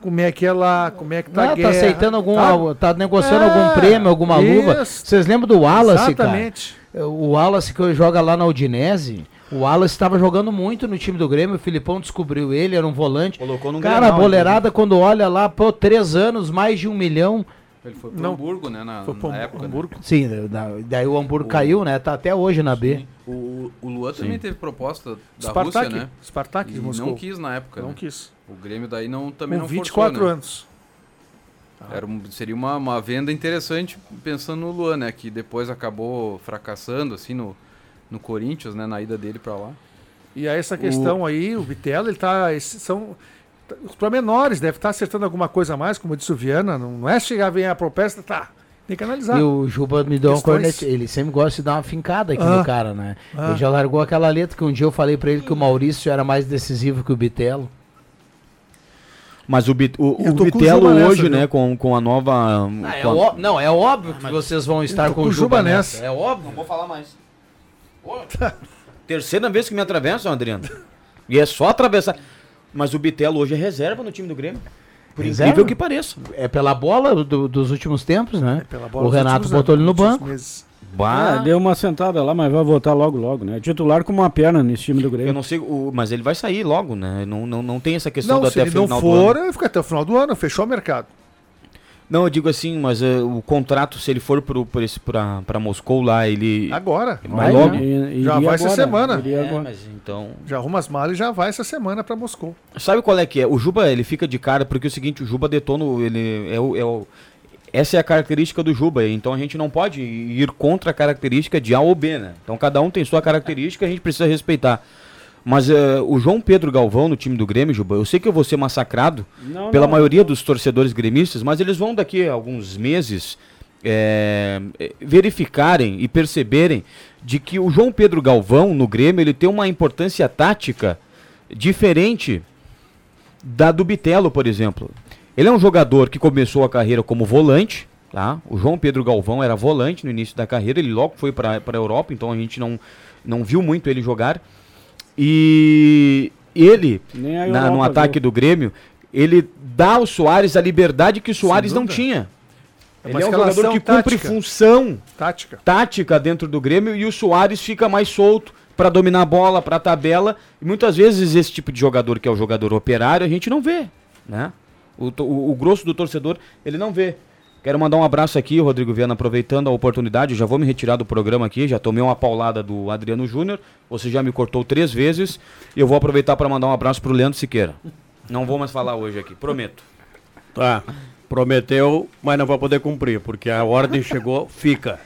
Speaker 9: como é que é lá, como é que tá a
Speaker 3: Ah, tá
Speaker 9: guerra,
Speaker 3: aceitando algum.
Speaker 9: tá?
Speaker 3: al- Tá negociando
Speaker 9: É,
Speaker 3: algum prêmio, alguma luva.
Speaker 9: isso.
Speaker 3: Vocês lembram do Wallace,
Speaker 9: Exatamente.
Speaker 3: cara? O Wallace que joga lá na Udinese. O Wallace estava jogando muito no time do Grêmio. O Filipão descobriu ele, era um volante.
Speaker 11: Colocou num
Speaker 3: cara, a
Speaker 11: Grenal,
Speaker 3: boleirada, quando olha lá, pô, três anos, mais de um milhão.
Speaker 5: Ele foi pro
Speaker 3: Não.
Speaker 5: Hamburgo, né? Na,
Speaker 3: Foi pro
Speaker 5: na época. né?
Speaker 3: Sim, da- daí o Hamburgo caiu, né? Tá até hoje na B.
Speaker 5: O, o Luan também teve proposta da
Speaker 9: Spartak,
Speaker 5: Rússia, né?
Speaker 9: Spartak de
Speaker 5: E
Speaker 9: Moscou.
Speaker 5: Não quis na época.
Speaker 9: Não
Speaker 5: né?
Speaker 9: quis.
Speaker 5: O Grêmio daí não, também
Speaker 9: Com
Speaker 5: não
Speaker 9: 24
Speaker 5: forçou, né?
Speaker 9: anos.
Speaker 5: Era um- seria uma, uma venda interessante pensando no Luan, né? Que depois acabou fracassando, assim, no, no Corinthians, né? Na ida dele pra lá.
Speaker 9: E aí essa questão aí, o Vitello, ele tá. esses são. tá- Os promenores, deve estar acertando alguma coisa a mais, como disse o Viana. Não, não é chegar vem a proposta, tá. Tem que analisar.
Speaker 3: E o Juba me deu um
Speaker 9: Questões.
Speaker 3: cornet. Ele sempre gosta de dar uma fincada aqui
Speaker 9: Ah.
Speaker 3: no cara, né?
Speaker 9: Ah.
Speaker 3: Ele já largou aquela letra que um dia eu falei pra ele que o Maurício era mais decisivo que o Bitelo.
Speaker 11: Mas o, Bit- o,
Speaker 3: Eu
Speaker 11: o
Speaker 3: tô com o
Speaker 11: Bitelo
Speaker 3: Juba nessa,
Speaker 11: hoje,
Speaker 3: viu?
Speaker 11: né, com, com a nova...
Speaker 3: Ah, é
Speaker 11: com a-
Speaker 3: ó- não, é óbvio que vocês vão
Speaker 9: Então,
Speaker 3: estar com o Juba, nessa. É óbvio.
Speaker 11: Não vou falar mais. [laughs] Terceira vez que me atravessam, Adriano. E é só atravessar. Mas o Bitelo hoje é reserva no time do Grêmio. Por
Speaker 3: Reserva?
Speaker 11: incrível que pareça.
Speaker 3: É pela bola do- dos últimos tempos, né?
Speaker 9: É bola
Speaker 3: o
Speaker 9: dos
Speaker 3: Renato
Speaker 9: últimos
Speaker 3: botou ele no
Speaker 9: anos, dos
Speaker 3: banco.
Speaker 9: meses.
Speaker 11: Bah.
Speaker 10: Ah,
Speaker 9: É.
Speaker 10: deu uma sentada lá, mas vai voltar logo, logo, né? Titular com uma perna nesse time do Grêmio.
Speaker 11: Eu não sei, o- mas ele vai sair logo, né? Não, não, não tem essa questão
Speaker 9: Não,
Speaker 11: do
Speaker 9: se
Speaker 11: até
Speaker 9: ele
Speaker 11: final
Speaker 9: não
Speaker 11: do
Speaker 9: for,
Speaker 11: ano.
Speaker 9: ele fica até o final do ano, fechou o mercado.
Speaker 11: Não, eu digo assim, mas eh, o contrato, se ele for pro, por esse- pra, pra Moscou lá, ele...
Speaker 9: Agora.
Speaker 11: Vai
Speaker 9: Vai,
Speaker 11: logo.
Speaker 9: né? E- Já iria vai essa agora, semana. iria
Speaker 11: É,
Speaker 9: agora.
Speaker 11: mas então...
Speaker 9: Já arruma as malas e já vai essa semana pra Moscou.
Speaker 11: Sabe qual é que é? O Juba, ele fica de cara, porque é o seguinte, o Juba detona, o- ele é o, é o- Essa é a característica do Juba, então a gente não pode ir contra a característica de A ou B, né? Então cada um tem sua característica, a gente precisa respeitar. Mas eh, o João Pedro Galvão, no time do Grêmio, Juba, eu sei que eu vou ser massacrado
Speaker 10: Não,
Speaker 11: pela
Speaker 10: não.
Speaker 11: maioria dos torcedores gremistas, mas eles vão daqui a alguns meses eh, eh, verificarem e perceberem de que o João Pedro Galvão, no Grêmio, ele tem uma importância tática diferente da do Bitelo, por exemplo. Ele é um jogador que começou a carreira como volante, tá? O João Pedro Galvão era volante no início da carreira, ele logo foi para a Europa, então a gente não, não viu muito ele jogar. E ele,
Speaker 10: Nem a
Speaker 11: na- no
Speaker 10: Europa
Speaker 11: ataque do Grêmio, ele dá ao Soares a liberdade que o Soares não
Speaker 9: dúvida.
Speaker 11: tinha.
Speaker 9: É
Speaker 11: Ele
Speaker 9: uma
Speaker 11: é um
Speaker 9: escalação
Speaker 11: jogador que cumpre
Speaker 9: tática.
Speaker 11: função
Speaker 9: Tática.
Speaker 11: tática dentro do Grêmio e o Soares fica mais solto para dominar a bola, para tabela. E muitas vezes esse tipo de jogador que é o jogador operário, a gente não vê, né? O, to- o- o grosso do torcedor, ele não vê. Quero mandar um abraço aqui, Rodrigo Viana, aproveitando a oportunidade, eu já vou me retirar do programa aqui, já tomei uma paulada do Adriano Júnior, você já me cortou três vezes, e eu vou aproveitar para mandar um abraço pro Leandro Siqueira. Não vou mais falar hoje aqui, prometo.
Speaker 13: Tá. Prometeu, mas não vai poder cumprir, porque a ordem chegou, fica.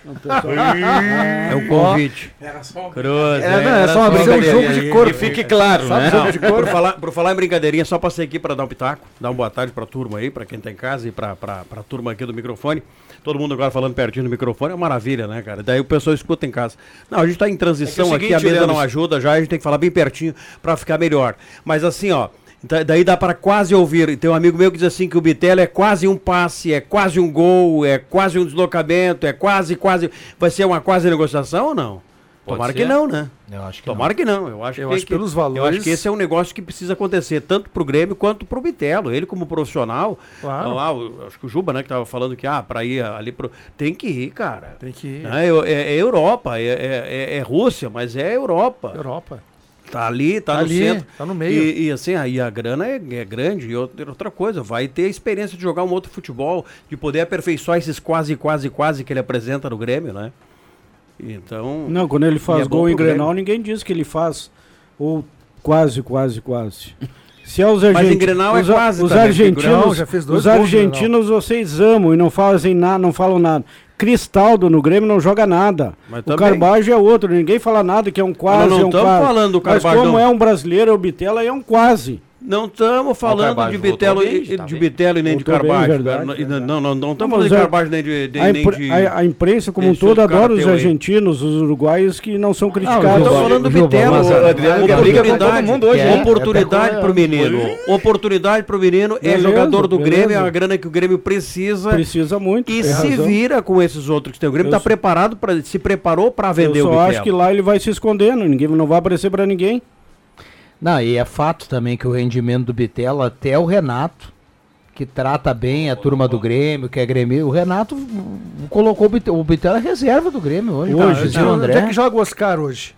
Speaker 13: é um convite.
Speaker 14: Era só-
Speaker 13: Cruz,
Speaker 14: É, não, é só uma brincadeira. É um jogo de corpo.
Speaker 13: E fique claro,
Speaker 14: Sabe
Speaker 13: né?
Speaker 14: jogo de corpo?
Speaker 13: Por, falar, por falar em brincadeirinha, só passei aqui para dar um pitaco, dar uma boa tarde para a turma aí, para quem tá em casa e para a turma aqui do microfone. Todo mundo agora falando pertinho do microfone, é uma maravilha, né, cara? Daí o pessoal escuta em casa. Não, a gente tá em transição
Speaker 14: É que é o
Speaker 13: aqui, a
Speaker 14: seguinte,
Speaker 13: mesa não
Speaker 14: Leandro,
Speaker 13: ajuda já, a gente tem que falar bem pertinho para ficar melhor. Mas assim, ó, da- daí dá para quase ouvir. E Tem um amigo meu que diz assim que o Bitelo é quase um passe, é quase um gol, é quase um deslocamento, é quase, quase. Vai ser uma quase negociação ou não?
Speaker 14: Pode
Speaker 13: Tomara
Speaker 14: ser.
Speaker 13: que não, né?
Speaker 14: Eu acho que
Speaker 13: Tomara
Speaker 14: não.
Speaker 13: que não. Eu acho,
Speaker 14: Eu
Speaker 13: que,
Speaker 14: acho
Speaker 13: que-
Speaker 14: pelos valores-
Speaker 13: Eu acho que esse é um negócio que precisa acontecer, tanto pro Grêmio quanto pro Bitelo. Ele, como profissional,
Speaker 14: Claro.
Speaker 13: ah, lá, o- acho que o Juba, né, que tava falando que, ah, pra ir ali pro. Tem que ir, cara.
Speaker 9: Tem que ir.
Speaker 13: Né, eu- É, é Europa, é, é- é- é Rússia, mas é Europa.
Speaker 9: Europa.
Speaker 13: Tá ali, tá,
Speaker 9: Tá
Speaker 13: no
Speaker 9: ali,
Speaker 13: centro.
Speaker 9: tá no meio.
Speaker 13: E, e assim, aí a grana é, é grande. E outra outra coisa, vai ter a experiência de jogar um outro futebol, de poder aperfeiçoar esses quase, quase, quase que ele apresenta no Grêmio, né?
Speaker 11: Então.
Speaker 10: Não, quando ele faz
Speaker 11: E é bom
Speaker 10: gol em
Speaker 11: pro Grêmio.
Speaker 10: Grenal, ninguém diz que ele faz. Ou quase, quase, quase. Se é os
Speaker 11: Mas em
Speaker 10: argentinos.
Speaker 11: Grenal é
Speaker 10: os, a-
Speaker 11: quase
Speaker 10: os
Speaker 11: também, porque o
Speaker 10: argentinos,
Speaker 11: Grenal já fez dois
Speaker 10: os
Speaker 11: gols no
Speaker 10: argentinos vocês amam e não fazem nada, não falam nada. Cristaldo no Grêmio não joga nada.
Speaker 11: Mas
Speaker 10: o
Speaker 11: também-
Speaker 10: Carbajo é outro, ninguém fala nada que é um quase,
Speaker 11: Mas não
Speaker 10: é um
Speaker 11: tamo
Speaker 10: quase.
Speaker 11: falando do
Speaker 10: Mas
Speaker 11: Carbajo,
Speaker 10: como
Speaker 11: não.
Speaker 10: é um brasileiro, é o Bitela é um quase.
Speaker 11: Não estamos falando de Bitelo, e- de Bitelo e nem de
Speaker 10: Voltou bem,
Speaker 11: Carbajo.
Speaker 10: verdade,
Speaker 11: cara. Não, não, não, não estamos
Speaker 10: Mas
Speaker 11: falando de
Speaker 10: a-
Speaker 11: Carbajo nem de. de-
Speaker 10: a,
Speaker 11: nem
Speaker 10: impre-
Speaker 11: de-
Speaker 10: a- a imprensa como um
Speaker 11: desse
Speaker 10: todo
Speaker 11: cara
Speaker 10: adora os
Speaker 11: teu aí.
Speaker 10: argentinos, os uruguaios que não são criticados.
Speaker 11: Não, estamos falando do Bitelo. Oportunidade pro menino. Oportunidade pro menino. É
Speaker 10: Beleza,
Speaker 11: jogador do
Speaker 10: beleza.
Speaker 11: Grêmio, é a grana que o Grêmio precisa.
Speaker 10: Precisa muito.
Speaker 11: E
Speaker 10: tem
Speaker 11: se
Speaker 10: razão.
Speaker 11: vira com esses outros que tem. O Grêmio
Speaker 10: Eu
Speaker 11: está
Speaker 10: só-
Speaker 11: preparado, pra, se preparou para vender
Speaker 10: Eu
Speaker 11: o
Speaker 10: só
Speaker 11: Bitelo.
Speaker 10: acho que lá ele vai se escondendo, ninguém não vai aparecer pra ninguém.
Speaker 3: Não, e é fato também que o rendimento do Bitela, até o Renato, que trata bem a turma do Grêmio, que é Grêmio, o Renato hum, colocou o Bitela, o Bitela é reserva do Grêmio hoje.
Speaker 9: Hoje,
Speaker 3: cara,
Speaker 9: né?
Speaker 3: Zé André.
Speaker 9: Onde é que joga o Oscar hoje?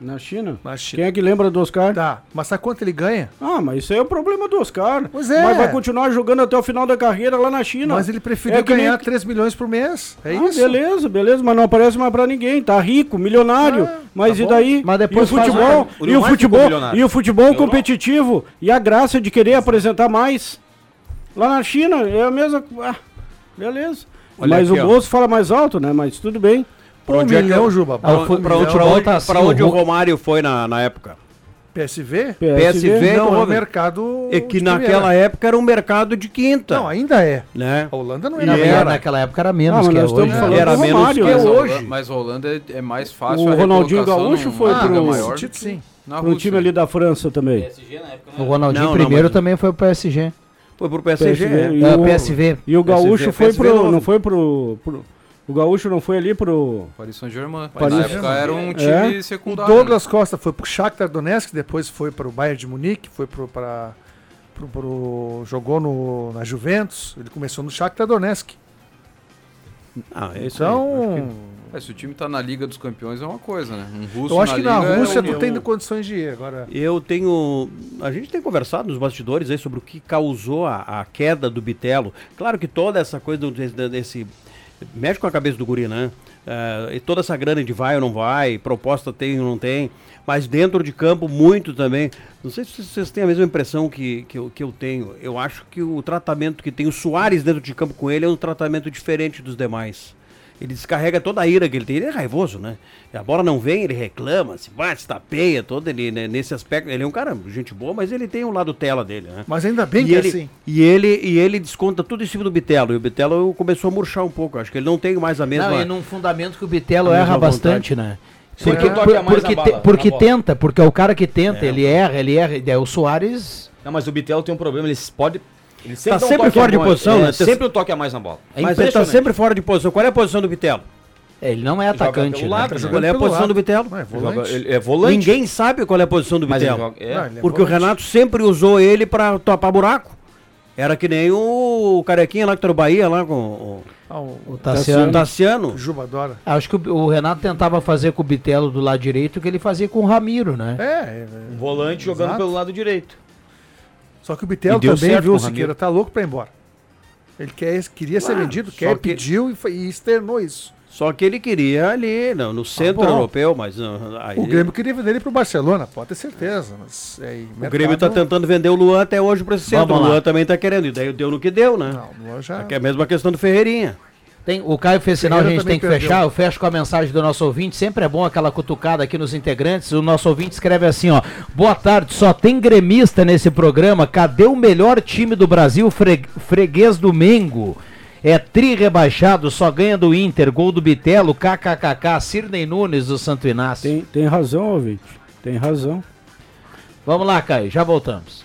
Speaker 10: Na China?
Speaker 9: Na China.
Speaker 10: Quem é que lembra do Oscar?
Speaker 9: Tá, mas sabe quanto ele ganha?
Speaker 10: Ah, mas isso aí é o problema do Oscar.
Speaker 9: Pois é.
Speaker 10: Mas vai continuar jogando até o final da carreira lá na China.
Speaker 9: Mas ele preferiu
Speaker 10: É que nem-
Speaker 9: ganhar 3 milhões por mês. É
Speaker 10: Ah,
Speaker 9: isso?
Speaker 10: Beleza, beleza, mas não aparece mais pra ninguém. Tá rico, milionário. mas
Speaker 9: tá
Speaker 10: e
Speaker 9: bom.
Speaker 10: daí?
Speaker 9: Mas depois
Speaker 10: e o
Speaker 9: faz
Speaker 10: futebol,
Speaker 9: mais. O
Speaker 10: e o
Speaker 9: Uruguai ficou
Speaker 10: futebol,
Speaker 9: milionário.
Speaker 10: e o futebol competitivo e a graça de querer apresentar mais. Lá na China é a mesma, ah, beleza.
Speaker 11: Olha
Speaker 10: mas
Speaker 11: aqui,
Speaker 10: o
Speaker 11: ó.
Speaker 10: bolso fala mais alto, né? Mas tudo bem.
Speaker 9: Um
Speaker 11: Pra onde é que eu- Pra
Speaker 10: Pra,
Speaker 11: pra- pra onde- pra onde o Romário foi na, na época?
Speaker 9: PSV?
Speaker 11: PSV,
Speaker 9: não, é
Speaker 11: Robert.
Speaker 9: o mercado.
Speaker 11: É que
Speaker 9: de
Speaker 11: naquela
Speaker 9: primeira.
Speaker 11: época era um mercado de quinta.
Speaker 9: Não, ainda é.
Speaker 11: Né?
Speaker 9: A Holanda não
Speaker 3: Na
Speaker 9: era.
Speaker 3: verdade, naquela época era menos que é hoje. né?
Speaker 11: Era menos que
Speaker 5: mas a
Speaker 11: é hoje.
Speaker 5: Holan- Mas a Holanda é é mais fácil.
Speaker 10: O
Speaker 5: a
Speaker 10: Ronaldinho
Speaker 5: recolocação
Speaker 10: Gaúcho
Speaker 5: numa
Speaker 10: foi
Speaker 9: Ah,
Speaker 5: liga
Speaker 10: pro-
Speaker 5: é maior
Speaker 10: Sentido,
Speaker 5: que
Speaker 10: sim.
Speaker 5: Na
Speaker 10: um time ali da França também.
Speaker 3: O Ronaldinho
Speaker 10: Não, não,
Speaker 3: primeiro
Speaker 10: mas-
Speaker 3: também foi pro PSG.
Speaker 11: Foi pro
Speaker 9: é.
Speaker 10: e
Speaker 11: É,
Speaker 3: Ah,
Speaker 10: o-
Speaker 3: PSV.
Speaker 10: E o Gaúcho foi
Speaker 5: PSV
Speaker 10: pro.
Speaker 5: novo.
Speaker 10: Não foi pro, pro- O Gaúcho não foi ali pro.
Speaker 5: Paris Saint-Germain.
Speaker 10: Paris
Speaker 5: Na época
Speaker 10: Saint-Germain.
Speaker 5: era um
Speaker 10: É.
Speaker 5: time
Speaker 9: O
Speaker 5: secundário.
Speaker 9: Douglas Costa foi pro Shakhtar Donetsk, depois foi pro Bayern de Munique, foi pro, pra, pro, pro- jogou no, na Juventus. Ele começou no Shakhtar Donetsk.
Speaker 11: Ah, é isso aí.
Speaker 9: Então,
Speaker 11: Acho
Speaker 5: É, se o time tá na Liga dos Campeões é uma coisa, né? Um russo
Speaker 9: eu acho que na
Speaker 5: Liga é
Speaker 9: Rússia
Speaker 5: um-
Speaker 9: tu tem condições de ir agora.
Speaker 11: que- Eu tenho. A gente tem conversado nos bastidores aí sobre o que causou a, a queda do Bitelo. Claro que toda essa coisa do- desse. desse- mexe com a cabeça do guri, né? Eh, e toda essa grana de vai ou não vai, proposta tem ou não tem, mas dentro de campo muito também. Não sei se vocês têm a mesma impressão que, que, eu, que eu tenho. Eu acho que o tratamento que tem o Soares dentro de campo com ele é um tratamento diferente dos demais. Ele descarrega toda a ira que ele tem. Ele é raivoso, né? A bola não vem, ele reclama, se bate, se tapeia, todo ele, né? nesse aspecto. Ele é um cara, gente boa, mas ele tem um lado tela dele, né?
Speaker 9: Mas ainda bem
Speaker 11: e
Speaker 9: que é
Speaker 11: ele,
Speaker 9: assim.
Speaker 11: E ele, e ele desconta tudo em cima do Bitelo. E o Bitelo começou a murchar um pouco. Acho que ele não tem mais a mesma.
Speaker 3: Não, e num fundamento que o Bitelo
Speaker 11: a mesma
Speaker 3: erra
Speaker 11: vontade.
Speaker 3: bastante, né?
Speaker 11: Sim.
Speaker 3: Porque,
Speaker 11: Ele toca mais
Speaker 3: porque
Speaker 11: na bala,
Speaker 3: te- porque
Speaker 15: na bola.
Speaker 3: tenta, porque é o cara que tenta, ele erra, ele erra. e daí o Soares.
Speaker 15: Não, mas o Bitel tem um problema, ele pode. Ele sempre
Speaker 11: Tá
Speaker 15: dá um
Speaker 11: sempre
Speaker 15: toque a
Speaker 11: fora de
Speaker 15: mais.
Speaker 11: posição,
Speaker 15: É,
Speaker 11: né?
Speaker 15: Sempre um toque a mais na bola. É
Speaker 11: mas ele tá
Speaker 15: impressionante.
Speaker 11: sempre fora de posição. Qual é a posição do Bitelo?
Speaker 3: Ele não é atacante.
Speaker 15: pelo
Speaker 3: né?
Speaker 15: lado,
Speaker 11: Qual é a posição do Bitelo?
Speaker 9: É
Speaker 15: volante. Ele é volante.
Speaker 11: Ninguém sabe qual é a posição do
Speaker 15: Mas ele
Speaker 11: Bitelo.
Speaker 15: joga- é. Não, ele é
Speaker 11: Porque o
Speaker 15: volante.
Speaker 11: Renato sempre usou ele pra topar buraco. Era que nem o carequinha lá que tá no Bahia, lá com o,
Speaker 9: Ah, o,
Speaker 3: o
Speaker 15: Hum.
Speaker 3: Tassiano.
Speaker 11: Tassiano.
Speaker 9: Juba adora.
Speaker 3: Acho que o, o Renato tentava fazer com o Bitelo do lado direito o que ele fazia com o Ramiro, né?
Speaker 9: É,
Speaker 15: Um volante jogando
Speaker 3: Exato.
Speaker 15: pelo lado direito.
Speaker 9: Só que o Bitel
Speaker 3: E deu
Speaker 9: também
Speaker 3: certo
Speaker 9: viu
Speaker 3: com
Speaker 9: o
Speaker 3: o Ramiro.
Speaker 9: Siqueira, tá louco pra ir embora. Ele quer, queria ser
Speaker 11: Claro,
Speaker 9: vendido,
Speaker 11: só
Speaker 9: quer,
Speaker 11: que-
Speaker 9: pediu e, foi- e externou isso.
Speaker 11: Só que ele queria ali, no,
Speaker 10: Ah,
Speaker 11: no centro
Speaker 9: bom.
Speaker 11: europeu, mas. uh, aí-
Speaker 9: O Grêmio queria vender ele pro Barcelona, pode ter certeza. Mas é,
Speaker 11: O Grêmio tá tentando vender o Luan até hoje pra esse
Speaker 3: Vamos
Speaker 11: centro. O
Speaker 3: lá.
Speaker 11: Luan também tá querendo. E daí deu no que deu, né?
Speaker 9: Não, já...
Speaker 11: Aqui é a mesma questão do Ferreirinha.
Speaker 3: Tem, o Caio fez sinal, a
Speaker 11: Ferreira
Speaker 3: gente
Speaker 11: também
Speaker 3: tem que
Speaker 11: perdeu.
Speaker 3: fechar. Eu fecho com a mensagem do nosso ouvinte. Sempre é bom aquela cutucada aqui nos integrantes. O nosso ouvinte escreve assim, ó. Boa tarde, só tem gremista nesse programa. Cadê o melhor time do Brasil, Fre- freguês do Mengo? É tri rebaixado, só ganha do Inter, gol do Bitelo, kkkk, Sirney Nunes do Santo Inácio.
Speaker 10: Tem, tem razão, ouvinte. Tem razão.
Speaker 3: Vamos lá, Caio, já voltamos.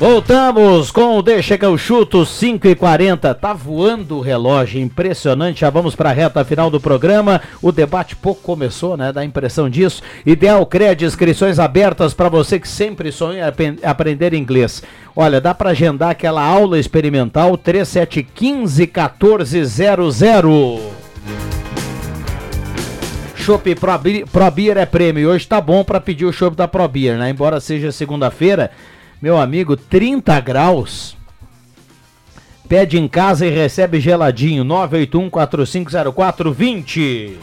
Speaker 3: Voltamos com o Deixa que eu chuto, 5 e 40 Tá voando o relógio, impressionante. Já vamos para a reta final do programa. O debate pouco começou, né? Dá a impressão disso. Ideal Cred, inscrições abertas para você que sempre sonha em apen- aprender inglês. Olha, dá para agendar aquela aula experimental 3715 1400. Chopp Pro Bi- Pro Beer é prêmio. Hoje tá bom pra pedir o chopp da Pro Beer, né? Embora seja segunda-feira, meu amigo, 30 graus. Pede em casa e recebe geladinho. 981-450420.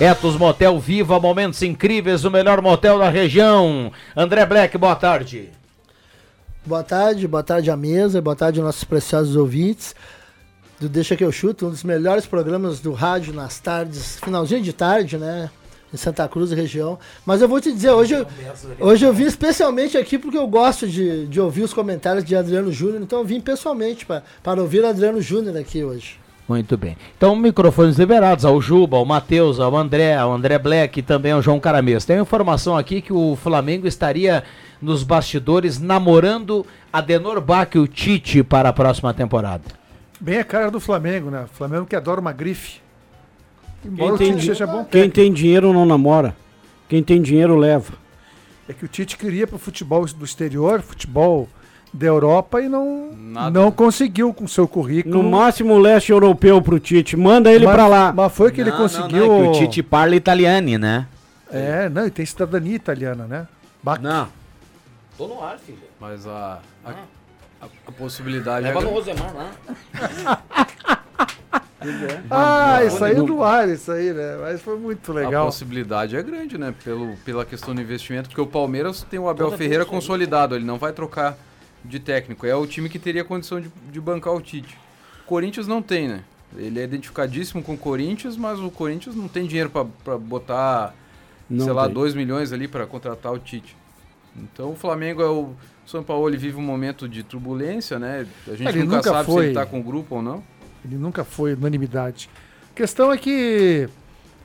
Speaker 3: Etos Motel Viva, momentos incríveis, o melhor motel da região. André Black, boa tarde.
Speaker 16: Boa tarde, boa tarde à mesa, boa tarde aos nossos preciosos ouvintes do Deixa Que Eu Chuto, um dos melhores programas do rádio nas tardes, finalzinho de tarde, né? Em Santa Cruz e região. Mas eu vou te dizer, hoje, eu- hoje eu vim especialmente aqui porque eu gosto de, de ouvir os comentários de Adriano Júnior, então eu vim pessoalmente pra- para ouvir Adriano Júnior aqui hoje.
Speaker 3: Muito bem. Então, microfones liberados ao Juba, ao Matheus, ao André, ao André Black e também ao João Caramês. Tem uma informação aqui que o Flamengo estaria nos bastidores namorando Adenor Bach e o Tite para a próxima temporada.
Speaker 9: Bem a cara do Flamengo, né? Flamengo que adora uma grife. Embora o
Speaker 10: Quem tem,
Speaker 9: Tite
Speaker 10: di-
Speaker 9: seja bom
Speaker 10: quem
Speaker 9: técnico.
Speaker 10: tem dinheiro não namora. Quem tem dinheiro leva.
Speaker 9: É que o Tite queria pro futebol do exterior, futebol da Europa e não, não conseguiu com seu currículo.
Speaker 10: No máximo o leste europeu pro Tite. Manda ele
Speaker 9: Mas-
Speaker 10: pra lá.
Speaker 9: Mas foi que ele conseguiu.
Speaker 11: é que o Tite parla italiani, né?
Speaker 9: É, não, e tem cidadania italiana, né? Bacana.
Speaker 11: Não.
Speaker 5: Tô no ar, filho. Mas a. a... a- a possibilidade
Speaker 11: Leva
Speaker 5: é-
Speaker 11: no Rosemar lá.
Speaker 9: Ah, isso aí
Speaker 5: No-
Speaker 9: do ar, isso aí, né? Mas foi muito
Speaker 5: A
Speaker 9: legal.
Speaker 5: possibilidade é grande, né? Pelo, pela questão do investimento, porque o Palmeiras tem o Abel
Speaker 9: Toda
Speaker 5: Ferreira
Speaker 9: vez que-
Speaker 5: consolidado, ele não vai trocar de técnico. É o time que teria condição de, de bancar o Tite. O Corinthians não tem, né? Ele é identificadíssimo com o Corinthians, mas o Corinthians não tem dinheiro pra- pra botar,
Speaker 10: Não
Speaker 5: sei lá,
Speaker 10: tem.
Speaker 5: 2 milhões ali pra contratar o Tite. Então o Flamengo é o. o São Paulo ele vive um momento de turbulência, né? A gente
Speaker 9: Ele
Speaker 5: nunca,
Speaker 9: nunca
Speaker 5: sabe se
Speaker 9: foi.
Speaker 5: ele tá com o grupo ou não.
Speaker 9: Ele nunca foi unanimidade. A questão é que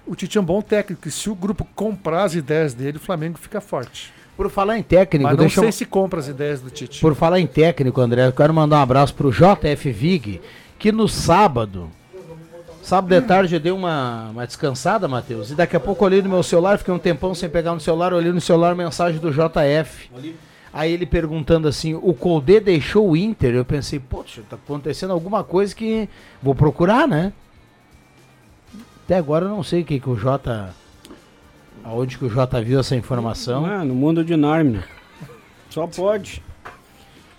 Speaker 9: o Tite é um bom técnico. E se o grupo comprar as ideias dele, o Flamengo fica forte.
Speaker 3: Por falar em técnico,
Speaker 9: Mas não
Speaker 3: deixa eu-
Speaker 9: sei se compra as ideias do Tite.
Speaker 3: Por falar em técnico, André, eu quero mandar um abraço pro JF Vig, que no sábado. Sábado de tarde eu dei uma, uma descansada, Matheus. E daqui a pouco eu olhei no meu celular, fiquei um tempão sem pegar no celular, olhei no celular mensagem do JF. Aí ele perguntando assim, o Colde deixou o Inter? Eu pensei, poxa, tá acontecendo alguma coisa que vou procurar, né? Até agora eu não sei o que, que o J. Aonde que o J viu essa informação.
Speaker 10: Ah, no mundo de Narnia. Só pode.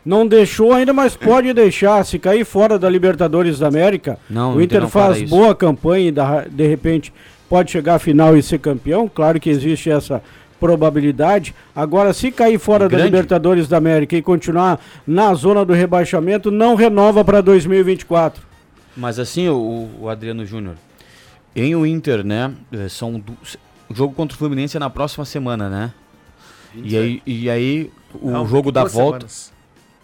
Speaker 10: Não deixou ainda, mas pode deixar. Se cair fora da Libertadores da América,
Speaker 11: Não,
Speaker 10: o
Speaker 11: o Inter
Speaker 10: Inter
Speaker 11: não
Speaker 10: faz
Speaker 11: para isso.
Speaker 10: boa campanha e dá- de repente pode chegar à final e ser campeão. Claro que existe essa probabilidade. Agora, se cair fora da
Speaker 11: grande.
Speaker 10: Libertadores da América e continuar na zona do rebaixamento, não renova para 2024.
Speaker 11: Mas assim, o, o Adriano Júnior, em o Inter, né? eh, São du- o jogo contra o Fluminense é na próxima semana, né? E aí, e aí o
Speaker 9: um
Speaker 13: Não,
Speaker 11: um jogo da
Speaker 13: duas
Speaker 11: volta.
Speaker 13: semanas.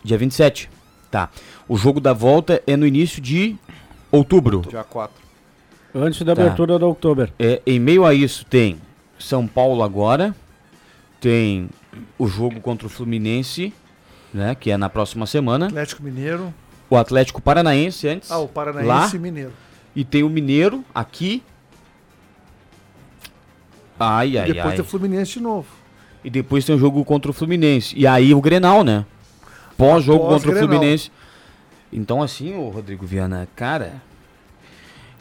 Speaker 11: Dia 27. Tá. O jogo da volta é no início de outubro.
Speaker 5: Dia 4.
Speaker 10: Antes da
Speaker 11: Tá.
Speaker 10: abertura da Oktober.
Speaker 11: É, em meio a isso tem São Paulo agora, tem o jogo contra o Fluminense, né? Que é na próxima semana.
Speaker 9: Atlético Mineiro.
Speaker 11: O Atlético Paranaense antes.
Speaker 9: Ah, o Paranaense
Speaker 11: lá,
Speaker 9: e Mineiro.
Speaker 11: E tem o Mineiro aqui. Ai, ai,
Speaker 9: e depois
Speaker 11: ai.
Speaker 9: tem o Fluminense de novo.
Speaker 11: E depois tem o jogo contra o Fluminense. E aí o Grenal, né? Pós-jogo
Speaker 9: Após
Speaker 11: contra o
Speaker 9: Grenal.
Speaker 11: Fluminense. Então, assim, o Rodrigo Viana, cara,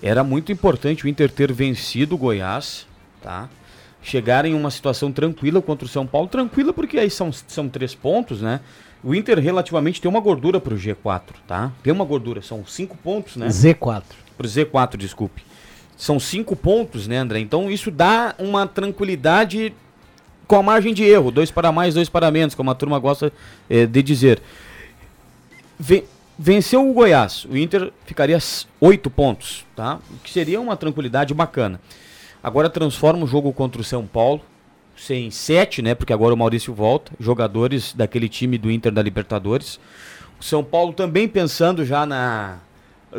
Speaker 11: era muito importante o Inter ter vencido o Goiás, tá? Chegar em uma situação tranquila contra o São Paulo. Tranquila porque aí são, são três pontos, né? O Inter relativamente tem uma gordura pro G4, tá? Tem uma gordura, são cinco pontos,
Speaker 3: Uhum.
Speaker 11: né?
Speaker 3: Z4.
Speaker 11: Pro Z4, desculpe. São cinco pontos, né, André? Então isso dá uma tranquilidade com a margem de erro. Dois para mais, dois para menos, como a turma gosta eh, de dizer. Ve- venceu o Goiás, o Inter ficaria s- oito pontos, tá? O que seria uma tranquilidade bacana. Agora transforma o jogo contra o São Paulo, sem sete, né? Porque agora o Maurício volta, jogadores daquele time do Inter da Libertadores. O São Paulo também pensando já na,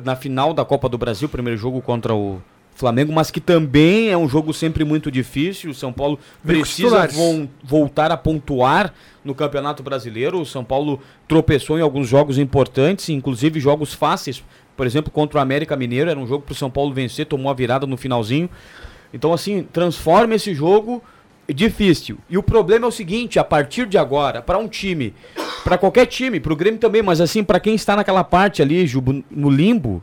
Speaker 11: na final da Copa do Brasil, primeiro jogo contra o Flamengo, mas que também é um jogo sempre muito difícil. O São Paulo
Speaker 9: Vem com
Speaker 11: precisa
Speaker 9: titulares.
Speaker 11: vo- voltar a pontuar no Campeonato Brasileiro. O São Paulo tropeçou em alguns jogos importantes, inclusive jogos fáceis. Por exemplo, contra o América Mineiro, era um jogo para o São Paulo vencer, tomou a virada no finalzinho. Então, assim, transforma esse jogo é difícil. E o problema é o seguinte, a partir de agora, para um time, para qualquer time, para o Grêmio também, mas assim, para quem está naquela parte ali, Jubo, no limbo,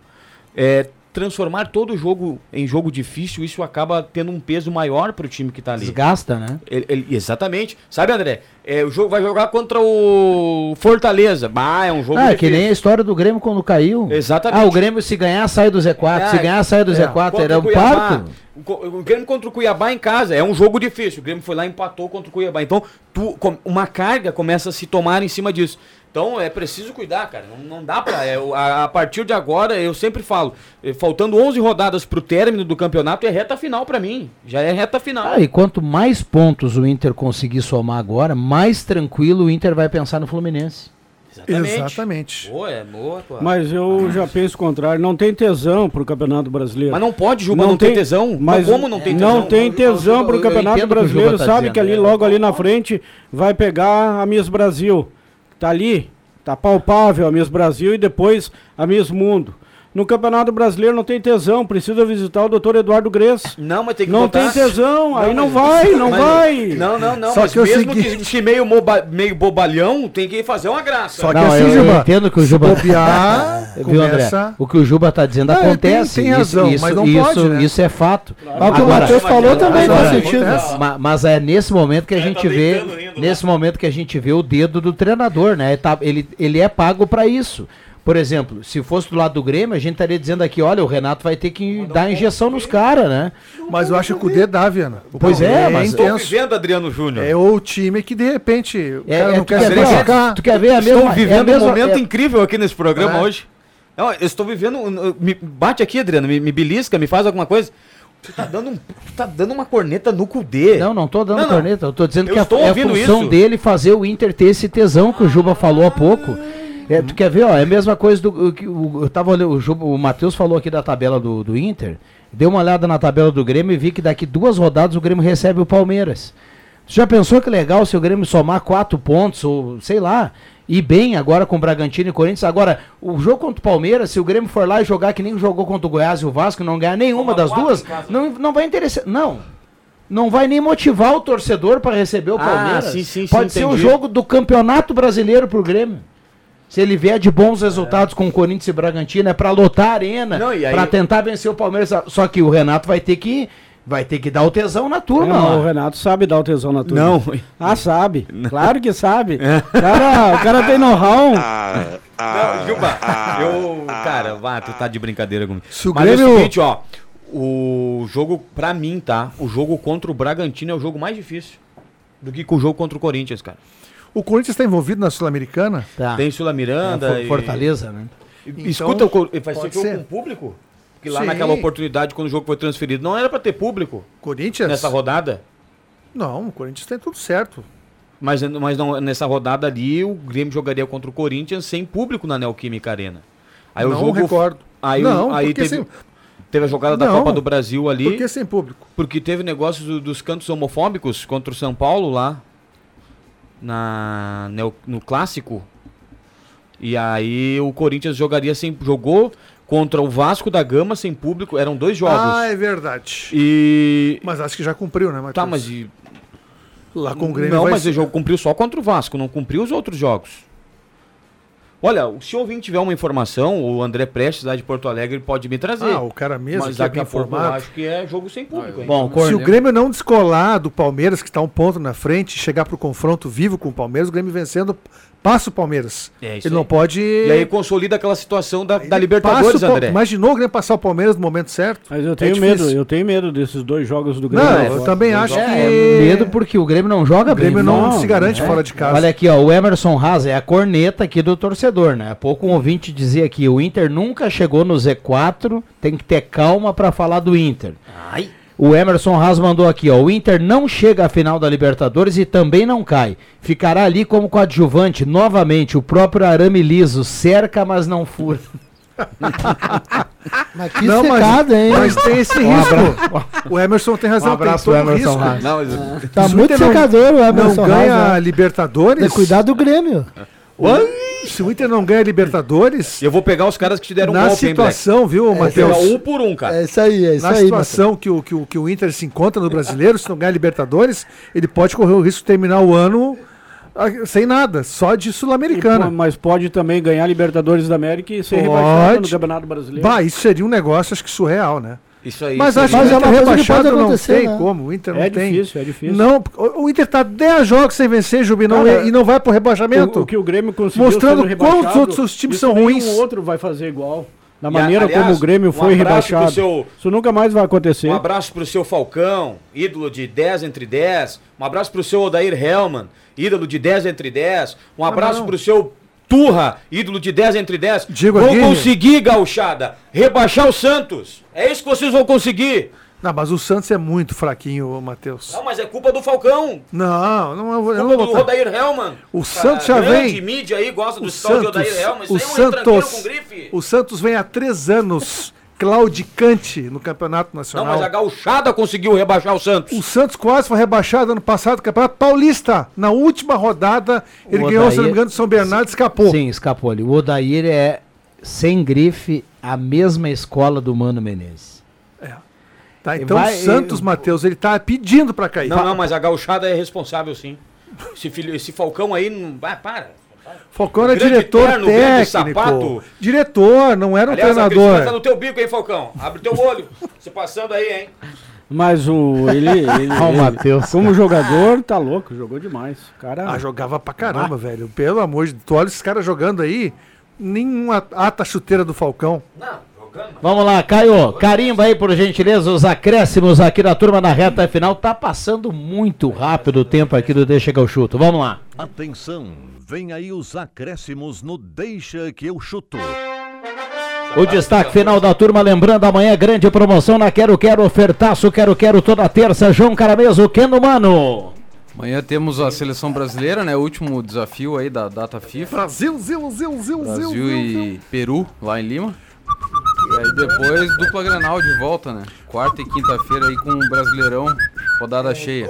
Speaker 11: é, transformar todo jogo em jogo difícil, isso acaba tendo um peso maior para o time que está ali.
Speaker 3: Desgasta, né?
Speaker 11: Ele- ele- exatamente. Sabe, André? É, o jogo vai jogar contra o Fortaleza. Bah, é um jogo
Speaker 3: Ah, que nem a história do Grêmio quando caiu.
Speaker 11: Exatamente. É,
Speaker 3: Ah, o Grêmio se ganhar sai do Z4, se ganhar sai do Z4,
Speaker 11: Contra
Speaker 3: era
Speaker 11: o
Speaker 3: um
Speaker 11: Cuiabá.
Speaker 3: parto.
Speaker 11: O co- O Grêmio contra o Cuiabá em casa é um jogo difícil. O Grêmio foi lá e empatou contra o Cuiabá. Então, tu- com- uma carga começa a se tomar em cima disso. Então, é preciso cuidar, cara. Não, não dá pra. é, o- a, a partir de agora, eu sempre falo, eh, faltando 11 rodadas pro término do campeonato, é reta final pra mim. Já é reta final.
Speaker 3: Ah, e quanto mais pontos o Inter conseguir somar agora, mais tranquilo o Inter vai pensar no Fluminense.
Speaker 9: Exatamente.
Speaker 11: Boa, é boa, tua.
Speaker 10: Mas eu já penso o contrário, não tem tesão pro Campeonato Brasileiro.
Speaker 11: Mas não pode, Juba, não tem tesão?
Speaker 10: Mas
Speaker 11: Mas como não tem
Speaker 10: Não
Speaker 11: tesão?
Speaker 10: tem tesão pro
Speaker 11: eu
Speaker 10: Campeonato
Speaker 11: entendo o que o Juba
Speaker 10: Brasileiro,
Speaker 11: tá
Speaker 10: sabe
Speaker 11: dizendo,
Speaker 10: que ali
Speaker 11: é.
Speaker 10: logo ali na frente vai pegar a Miss Brasil. Tá ali, tá palpável a Miss Brasil e depois a Miss Mundo. No Campeonato Brasileiro não tem tesão, precisa visitar o Dr. Eduardo Gress.
Speaker 11: Não, mas tem que
Speaker 10: Não
Speaker 11: botar-
Speaker 10: tem tesão, aí não
Speaker 11: mas-
Speaker 10: vai, não
Speaker 11: mas-
Speaker 10: vai.
Speaker 11: Não, não, não,
Speaker 10: Só
Speaker 11: mas
Speaker 10: que é o
Speaker 11: mesmo
Speaker 10: seguinte-
Speaker 11: que, que meio, moba- meio bobalhão, tem que fazer uma graça.
Speaker 3: não, eu, eu entendo que o
Speaker 9: assim, se
Speaker 3: Juba.
Speaker 9: bobear,
Speaker 3: [laughs] Viu,
Speaker 9: começa-
Speaker 3: André? O que o Juba tá dizendo
Speaker 9: Ah, ele tem-
Speaker 3: acontece.
Speaker 9: tem razão,
Speaker 3: isso,
Speaker 9: mas não
Speaker 3: isso,
Speaker 9: pode, né?
Speaker 3: isso é fato.
Speaker 9: Mas o que o Matheus falou também faz sentido.
Speaker 3: ma- Mas, é nesse momento que a gente vê, nesse momento que a gente vê o dedo do treinador, né? Tá- Ele, ele é pago pra isso. Por exemplo, se fosse do lado do Grêmio, a gente estaria dizendo aqui, olha, o Renato vai ter que dar injeção nos caras, né?
Speaker 9: Mas eu acho que o D dá, Viana.
Speaker 3: Pois é,
Speaker 9: Não,
Speaker 3: mas-
Speaker 11: Estou vivendo, Adriano Júnior.
Speaker 9: É o time que de repente o
Speaker 11: É,
Speaker 9: cara
Speaker 11: é,
Speaker 9: não
Speaker 11: tu quer
Speaker 9: quer se
Speaker 11: ver, ó,
Speaker 9: machucar.
Speaker 3: tu quer ver a
Speaker 11: Estou
Speaker 3: mesma- é a
Speaker 11: vivendo
Speaker 3: mesma-
Speaker 11: um momento
Speaker 3: é-
Speaker 11: incrível aqui nesse programa
Speaker 3: É.
Speaker 11: hoje. Não, eu estou vivendo. um- Me bate aqui, Adriano, me, me belisca, me faz alguma coisa. Tu tá dando, um- tu tá dando uma corneta no Cudê.
Speaker 3: Não, não tô dando
Speaker 11: Não, não.
Speaker 3: corneta, eu tô dizendo
Speaker 11: Eu
Speaker 3: que a,
Speaker 11: estou
Speaker 3: é a
Speaker 11: ouvindo
Speaker 3: função
Speaker 11: isso.
Speaker 3: dele fazer o Inter ter esse tesão que o Juba falou há pouco. É, tu quer ver, ó, é a mesma coisa do o que o, eu tava olhando, o, Juba- o Matheus falou aqui da tabela do, do Inter, deu uma olhada na tabela do Grêmio e vi que daqui duas rodadas o Grêmio recebe o Palmeiras. Tu já pensou que legal se o Grêmio somar quatro pontos, ou sei lá, e bem agora com o Bragantino e Corinthians? Agora, o jogo contra o Palmeiras, se o Grêmio for lá e jogar que nem jogou contra o Goiás e o Vasco, não ganhar nenhuma das duas, não, não vai interessar. Não. Não vai nem motivar o torcedor para receber o
Speaker 11: Ah,
Speaker 3: Palmeiras.
Speaker 11: sim, sim, sim,
Speaker 3: Pode ser o
Speaker 11: entendi.
Speaker 3: jogo do Campeonato Brasileiro pro Grêmio. Se ele vier de bons resultados com o Corinthians e Bragantino, é para lotar a arena,
Speaker 11: Não, e aí-
Speaker 3: para tentar vencer o Palmeiras. Só que o Renato vai ter que vai ter que dar o tesão na turma.
Speaker 10: Não,
Speaker 3: lá.
Speaker 10: É, o Renato sabe dar o tesão na turma.
Speaker 3: Não.
Speaker 10: Ah, sabe. Claro
Speaker 11: [laughs]
Speaker 10: que sabe. Cara, o cara tem know-how.
Speaker 11: Ah, não, Juba, eu. Cara, vá, tu tá de brincadeira comigo.
Speaker 9: Se o
Speaker 11: Mas é
Speaker 9: Grêmio-
Speaker 11: o seguinte, ó. O jogo, pra mim, tá? O jogo contra o Bragantino é o jogo mais difícil do que com o jogo contra o Corinthians, cara.
Speaker 9: O Corinthians está envolvido na Sul-Americana?
Speaker 11: Tem Sula Miranda.
Speaker 3: É, Fo- Tá. Fortaleza, né?
Speaker 11: E-
Speaker 9: Ah. Então,
Speaker 11: escuta, o Cor- vai ser
Speaker 9: pode
Speaker 11: jogo
Speaker 9: ser.
Speaker 11: com público? Que lá
Speaker 9: Sim.
Speaker 11: naquela oportunidade, quando o jogo foi transferido, não era pra ter público
Speaker 9: Corinthians?
Speaker 11: nessa rodada.
Speaker 9: Não, o Corinthians tem tudo certo.
Speaker 11: Mas, mas não, nessa rodada ali, o Grêmio jogaria contra o Corinthians sem público na Neoquímica Arena. Aí o
Speaker 9: Não
Speaker 11: jogo.
Speaker 9: recordo.
Speaker 11: Aí, o-
Speaker 9: Não,
Speaker 11: aí
Speaker 9: porque
Speaker 11: teve,
Speaker 9: sem-
Speaker 11: teve a jogada da
Speaker 9: Não, assim
Speaker 11: Copa do Brasil ali.
Speaker 9: Por que sem público?
Speaker 11: Porque teve negócio do- dos cantos homofóbicos contra o São Paulo lá. Na, no, no clássico. E aí o Corinthians jogaria sem. Jogou contra o Vasco da Gama sem público. Eram dois jogos.
Speaker 9: Ah, é verdade.
Speaker 11: E.
Speaker 9: Mas acho que já cumpriu, né, Matheus?
Speaker 11: Tá, mas. e-
Speaker 9: Lá com o Grêmio
Speaker 11: Não,
Speaker 9: vai
Speaker 11: mas
Speaker 9: ser-
Speaker 11: o jogo cumpriu só contra o Vasco, não cumpriu os outros jogos. Olha, se o ouvinte tiver uma informação, o André Prestes, lá de Porto Alegre, pode me trazer.
Speaker 9: Ah, o cara mesmo
Speaker 11: Mas
Speaker 9: que é
Speaker 11: daqui
Speaker 9: bem
Speaker 11: a pouco eu
Speaker 9: informado.
Speaker 11: acho que né? é jogo sem público. hein?
Speaker 9: se o Grêmio não descolar do Palmeiras, que está um ponto na frente, e chegar para o confronto vivo com o Palmeiras, o Grêmio vencendo, passa o Palmeiras.
Speaker 11: É isso
Speaker 9: Ele
Speaker 11: aí.
Speaker 9: não pode.
Speaker 11: E aí consolida aquela situação da, da Libertadores,
Speaker 9: Passa um o Pal-
Speaker 11: André.
Speaker 9: Imaginou o Grêmio né, passar o Palmeiras no momento certo? É
Speaker 10: Mas
Speaker 11: é
Speaker 10: eu tenho medo, eu tenho medo desses dois jogos do Grêmio.
Speaker 9: Não,
Speaker 10: lá
Speaker 9: eu
Speaker 10: fora.
Speaker 9: também
Speaker 10: Dois
Speaker 9: acho
Speaker 10: jogos.
Speaker 9: que. é
Speaker 3: é Medo porque o Grêmio não joga
Speaker 9: O
Speaker 3: bem. né?
Speaker 9: Grêmio não se
Speaker 10: né?
Speaker 9: garante fora de casa.
Speaker 3: Olha aqui, ó, o Emerson Raza é a corneta aqui do torcedor, né? Há pouco um ouvinte dizia aqui, o Inter nunca chegou no Z4, tem que ter calma pra falar do Inter. O Emerson Haas mandou aqui, ó. O Inter não chega à final da Libertadores e também não cai. Ficará ali como coadjuvante, novamente, o próprio Arame Liso. Cerca, mas não fura.
Speaker 16: [laughs] Mas que secada, hein?
Speaker 9: Mas tem esse
Speaker 16: Um
Speaker 9: risco.
Speaker 16: abra-
Speaker 9: O Emerson tem razão,
Speaker 16: Um abraço
Speaker 9: tem todo
Speaker 16: pro Emerson
Speaker 9: risco.
Speaker 16: Haas. Não,
Speaker 9: isso-
Speaker 16: Tá
Speaker 9: isso o
Speaker 16: muito
Speaker 9: Inter não-
Speaker 16: secador o
Speaker 11: é.
Speaker 16: Emerson
Speaker 9: Não ganha
Speaker 16: Haas, né?
Speaker 9: Libertadores?
Speaker 16: Tem que cuidar do Grêmio.
Speaker 9: Uai, Se o Inter não ganha Libertadores...
Speaker 11: Eu vou pegar os caras que te deram um
Speaker 9: Na
Speaker 11: golpe, hein, Black?
Speaker 9: situação, viu,
Speaker 11: É,
Speaker 9: Matheus?
Speaker 11: pegar um por um, cara.
Speaker 16: É isso aí, é isso
Speaker 9: Na
Speaker 16: aí.
Speaker 9: situação que o, que, o, que o Inter se encontra no brasileiro, se não ganhar Libertadores, ele pode correr o risco de terminar o ano ah, sem nada, só de Sul-Americana.
Speaker 10: E, pô, Mas pode também ganhar Libertadores da América e ser rebaixado no
Speaker 9: Pode.
Speaker 10: Campeonato Brasileiro.
Speaker 9: Bah, isso seria um negócio, acho que surreal, né?
Speaker 11: Isso aí.
Speaker 9: Mas
Speaker 10: isso
Speaker 9: acho
Speaker 10: aí.
Speaker 9: que o
Speaker 10: Mas
Speaker 9: Inter
Speaker 10: é uma coisa que
Speaker 9: rebaixado
Speaker 10: pode
Speaker 9: não
Speaker 10: acontecer,
Speaker 9: tem
Speaker 10: né?
Speaker 9: como. O Inter
Speaker 10: É
Speaker 9: não tem.
Speaker 10: difícil, é difícil.
Speaker 9: Não, o o Inter tá 10 jogos sem vencer, Jubinão,
Speaker 10: Cara,
Speaker 9: e não vai pro rebaixamento.
Speaker 10: O, o que o Grêmio conseguiu
Speaker 9: Mostrando
Speaker 10: sendo
Speaker 9: quantos
Speaker 10: rebaixado,
Speaker 9: outros os times
Speaker 10: isso
Speaker 9: são
Speaker 10: nenhum
Speaker 9: ruins.
Speaker 10: outro vai fazer igual. Da
Speaker 11: E,
Speaker 10: maneira
Speaker 11: aliás,
Speaker 10: como o Grêmio
Speaker 11: um
Speaker 10: foi
Speaker 11: abraço pro
Speaker 10: rebaixado.
Speaker 11: seu-
Speaker 10: Isso nunca mais vai acontecer.
Speaker 11: Um abraço pro seu Falcão, ídolo de 10 entre 10. Um abraço pro seu Odair Hellman, ídolo de 10 entre 10. Um abraço
Speaker 9: não.
Speaker 11: pro seu Turra, ídolo de 10 entre 10.
Speaker 9: Diego
Speaker 11: vou
Speaker 9: Aguirre.
Speaker 11: conseguir, gauchada, rebaixar o Santos. É isso que vocês vão conseguir.
Speaker 9: Não, mas o Santos é muito fraquinho, ô, Matheus.
Speaker 11: Não, mas é culpa do Falcão.
Speaker 9: Não, não, eu vou-
Speaker 11: Culpa
Speaker 9: eu não
Speaker 11: do
Speaker 9: vou botar.
Speaker 11: Odair Hellman.
Speaker 9: O Santos já
Speaker 11: grande
Speaker 9: vem.
Speaker 11: mídia aí gosta
Speaker 9: O
Speaker 11: do tal de Odair
Speaker 9: Santos,
Speaker 11: Hellman. Isso
Speaker 9: o
Speaker 11: aí é um retranqueiro com
Speaker 9: Santos,
Speaker 11: grife.
Speaker 9: o Santos vem há três anos claudicante no Campeonato
Speaker 11: Não,
Speaker 9: Nacional.
Speaker 11: mas a gauchada conseguiu rebaixar o Santos.
Speaker 9: O Santos quase foi rebaixado ano passado no Campeonato Paulista. Na última rodada, ele
Speaker 17: O
Speaker 9: ganhou, se não me
Speaker 17: Odair-
Speaker 9: engano, do São Bernardo e escapou.
Speaker 17: Sim, escapou ali. O Odair é, sem grife, a mesma escola do Mano Menezes.
Speaker 9: Tá, então
Speaker 17: Vai-
Speaker 9: o Santos, Matheus, ele tá pedindo pra cair.
Speaker 11: Não, não, mas a gauchada é responsável sim. Esse, filho, esse Falcão aí, não, ah, para.
Speaker 9: Falcão era
Speaker 11: Grande
Speaker 9: é diretor
Speaker 11: terno, grande sapato.
Speaker 9: técnico. Diretor, não era um
Speaker 11: Aliás, a Cristina tá
Speaker 9: treinador.
Speaker 11: no teu bico, hein, Falcão? Abre teu olho. Se passando aí, hein?
Speaker 10: Mas o.
Speaker 9: [laughs]
Speaker 10: Ele. ele,
Speaker 9: Ah, o
Speaker 10: ele-
Speaker 9: Matheus.
Speaker 10: Como jogador, tá louco, jogou demais. O Cara,
Speaker 9: Ah, jogava pra caramba, velho. Pelo amor de Deus. Tu olha esses caras jogando aí, nenhuma ata chuteira do Falcão.
Speaker 17: Vamos lá, Caio, carimba aí por gentileza os acréscimos aqui da turma na reta final. Tá passando muito rápido o tempo aqui do Deixa que eu chuto. Vamos lá.
Speaker 18: Atenção, vem aí os acréscimos no Deixa que eu chuto.
Speaker 17: O destaque final da turma, lembrando, amanhã é grande promoção na Quero Quero, ofertaço Quero Quero toda terça, João Carameso, Keno Mano.
Speaker 5: Amanhã temos a seleção brasileira, né? O último desafio aí da data FIFA.
Speaker 9: Brasil, zil, zil, zil, zil,
Speaker 5: Brasil
Speaker 9: zil.
Speaker 5: e Peru, lá em Lima. E aí depois dupla Granal de volta, né? Quarta e quinta-feira aí com o Brasileirão, rodada cheia.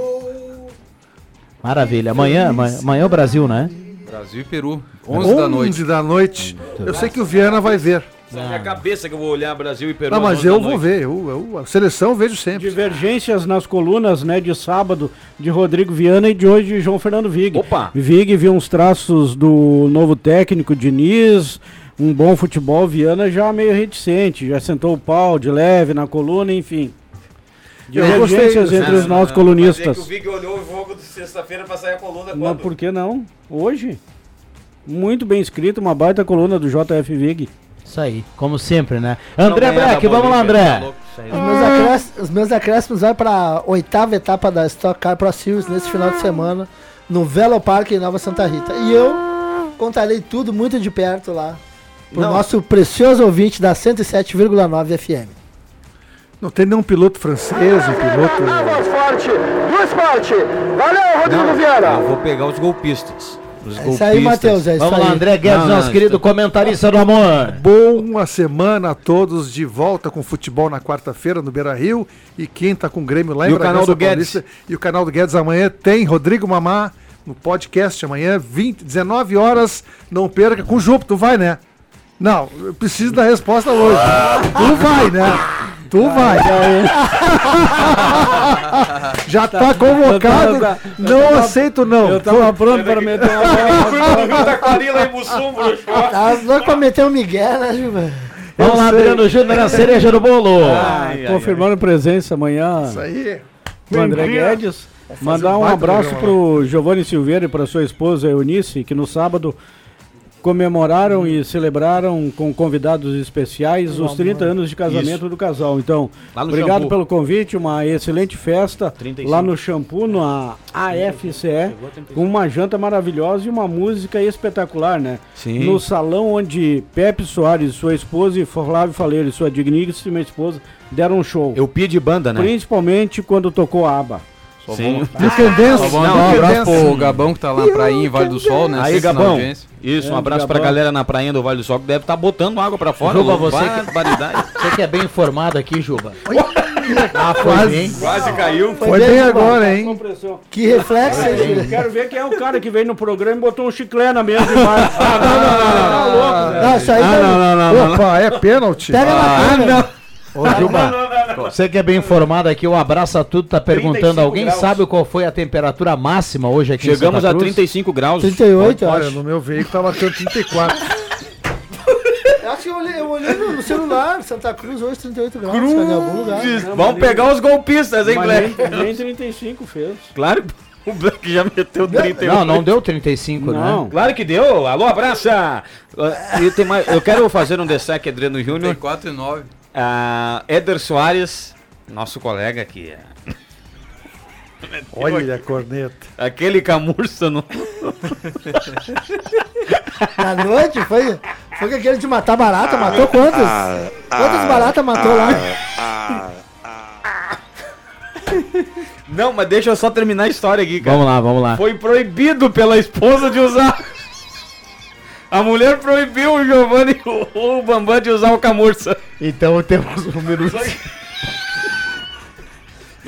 Speaker 17: Maravilha, amanhã, amanhã, amanhã é o Brasil, né?
Speaker 5: Brasil e Peru, 11 da noite.
Speaker 9: da noite. Eu sei que o Viana vai ver.
Speaker 11: Na é minha cabeça que eu vou olhar Brasil e Peru.
Speaker 9: Não,
Speaker 11: às
Speaker 9: mas
Speaker 11: 11 da
Speaker 9: eu vou
Speaker 11: noite.
Speaker 9: ver. Eu, eu- a seleção eu vejo sempre.
Speaker 10: [laughs] Divergências nas colunas, né, de sábado, de Rodrigo Viana e de hoje de João Fernando Vig.
Speaker 11: Opa!
Speaker 10: Vig viu uns traços do novo técnico, Diniz, um bom futebol, Viana já meio reticente, já sentou o pau de leve na coluna, enfim.
Speaker 9: É,
Speaker 10: Divergências entre os nossos
Speaker 11: Mas é que o
Speaker 10: colunistas.
Speaker 11: Vig olhou o jogo de sexta-feira pra sair a coluna
Speaker 10: Mas
Speaker 11: quando?
Speaker 10: por que não? Hoje? Muito bem escrito, uma baita coluna do JF Vig.
Speaker 17: Isso aí, como sempre, né? André
Speaker 10: Não ganhava
Speaker 17: Black, vamos lá,
Speaker 10: é Bolívia,
Speaker 17: André.
Speaker 10: tá louco isso aí.
Speaker 16: Os meus, acréscimos, os meus acréscimos vai para oitava etapa da Stock Car Pro Series nesse final de semana no Velo Parque em Nova Santa Rita. E eu contarei tudo muito de perto lá pro
Speaker 9: Não.
Speaker 16: nosso precioso ouvinte da 107,9 FM.
Speaker 9: Não tem nenhum piloto francês, um piloto.
Speaker 19: Forte, duas forte. Valeu, Rodrigo
Speaker 11: Não,
Speaker 19: Vieira.
Speaker 11: Ah, Eu vou pegar os golpistas. Os
Speaker 16: É isso aí, Matheus, é isso
Speaker 17: Vamos
Speaker 16: aí.
Speaker 17: lá, André Guedes,
Speaker 9: Não, não,
Speaker 17: nosso querido
Speaker 3: tá-
Speaker 17: comentarista do amor.
Speaker 9: Boa semana a todos de volta com futebol na quarta-feira no Beira Rio e quinta com o Grêmio lá em
Speaker 11: E o canal do
Speaker 9: Paulista. E o canal do Guedes amanhã tem Rodrigo Mamá no podcast amanhã, 20, 19 horas. Não perca com o Jupo, tu vai, né? Não, eu preciso da resposta hoje. Tu vai, né? Tu
Speaker 10: Ah,
Speaker 9: vai. [laughs] Já tá
Speaker 10: Eu
Speaker 9: convocado.
Speaker 10: tava-
Speaker 9: Não aceito, não. Eu
Speaker 10: tava pronto para é meter [laughs]
Speaker 11: [laughs] Santa Clarila e Mussum, bruxo.
Speaker 16: Tá louco pra meter um Miguel, né, Gilberto?
Speaker 17: Vamos lá, Adriano Júnior, a cereja do bolo.
Speaker 10: Ah, confirmando presença amanhã.
Speaker 9: Isso aí.
Speaker 10: do André
Speaker 9: Mentira.
Speaker 10: Guedes.
Speaker 9: Vai fazer
Speaker 10: Mandar
Speaker 9: um
Speaker 10: um
Speaker 9: baita
Speaker 10: abraço
Speaker 9: programa
Speaker 10: pro Giovanni Silveira e para sua esposa Eunice, que no sábado comemoraram e celebraram com convidados especiais
Speaker 11: Meu
Speaker 10: os 30
Speaker 11: amor.
Speaker 10: anos de casamento
Speaker 11: Isso.
Speaker 10: do casal. Então,
Speaker 11: Lá no
Speaker 10: obrigado
Speaker 11: Xambu.
Speaker 10: pelo convite, uma excelente festa
Speaker 11: 35.
Speaker 10: lá no Shampoo, na AFCE, com uma janta maravilhosa e uma música espetacular, né?
Speaker 11: Sim.
Speaker 10: No salão onde Pepe Soares, sua esposa, e Flávio Faleiro, sua digníssima esposa, deram um show.
Speaker 11: Eu pedi banda, né?
Speaker 10: Principalmente quando tocou a aba.
Speaker 5: Só
Speaker 11: Sim.
Speaker 5: vamos-
Speaker 11: Descendência.
Speaker 5: Só vamos dar um abraço pro Gabão que tá lá na prainha, em Vale do Sol, né?
Speaker 11: Aí,
Speaker 5: Sempre na
Speaker 11: Gabão.
Speaker 5: audiência.
Speaker 11: Isso, um
Speaker 5: É,
Speaker 11: abraço pra
Speaker 5: Gabão.
Speaker 11: galera na prainha do Vale do Sol que deve estar botando água pra fora.
Speaker 3: Juba,
Speaker 11: louco.
Speaker 3: você que-
Speaker 11: Barbaridade.
Speaker 3: Você que é bem informado
Speaker 16: [laughs]
Speaker 3: aqui, Juba.
Speaker 11: Ah,
Speaker 3: foi bem.
Speaker 11: Quase caiu.
Speaker 3: Foi bem
Speaker 10: agora, hein?
Speaker 20: Que reflexo, hein,
Speaker 10: Eu quero ver quem é o cara que veio no programa e botou um chiclete na mesa embaixo. [laughs] Ah, não, não, não, não. Tá louco, velho.
Speaker 9: Não, isso aí
Speaker 10: Ah,
Speaker 9: não-
Speaker 10: não, não, não.
Speaker 9: não, Opa, é pênalti.
Speaker 3: Pega na cara.
Speaker 9: Ô, Juba.
Speaker 3: Ah, Você que é bem informado aqui, o Abraça Tudo tá perguntando, alguém sabe qual foi a temperatura máxima hoje aqui em
Speaker 11: Chegamos
Speaker 3: Santa
Speaker 11: a
Speaker 3: Cruz?
Speaker 11: 35 graus.
Speaker 9: Olha, no meu veículo tava tendo 34.
Speaker 20: Eu acho que eu olhei, eu olhei no no celular, Santa Cruz hoje 38 graus,
Speaker 11: Cruzes.
Speaker 20: cara, em algum lugar.
Speaker 11: Vamos pegar os golpistas, hein,
Speaker 10: Mas
Speaker 11: Black?
Speaker 10: Nem, nem 35 fez.
Speaker 11: Claro, o Black já meteu 38.
Speaker 3: Não, não deu 35,
Speaker 11: Não.
Speaker 3: né?
Speaker 11: Claro que deu. Alô, abraça. Ah, e tem mais- Eu quero fazer um destaque, Adriano Júnior.
Speaker 5: 4 e 9.
Speaker 11: Ah, Éder Soares, nosso colega aqui.
Speaker 9: Olha a corneta.
Speaker 11: Aquele camurça no...
Speaker 20: Na noite foi, foi com aquele de matar barata,
Speaker 9: Ah,
Speaker 20: matou quantos? Quantas baratas matou lá?
Speaker 11: Não, mas deixa eu só terminar a história aqui, cara.
Speaker 3: Vamos lá, vamos lá.
Speaker 11: Foi proibido pela esposa de usar. A mulher proibiu o Giovanni o, o Bambam de usar o camurça.
Speaker 3: Então temos um minuto.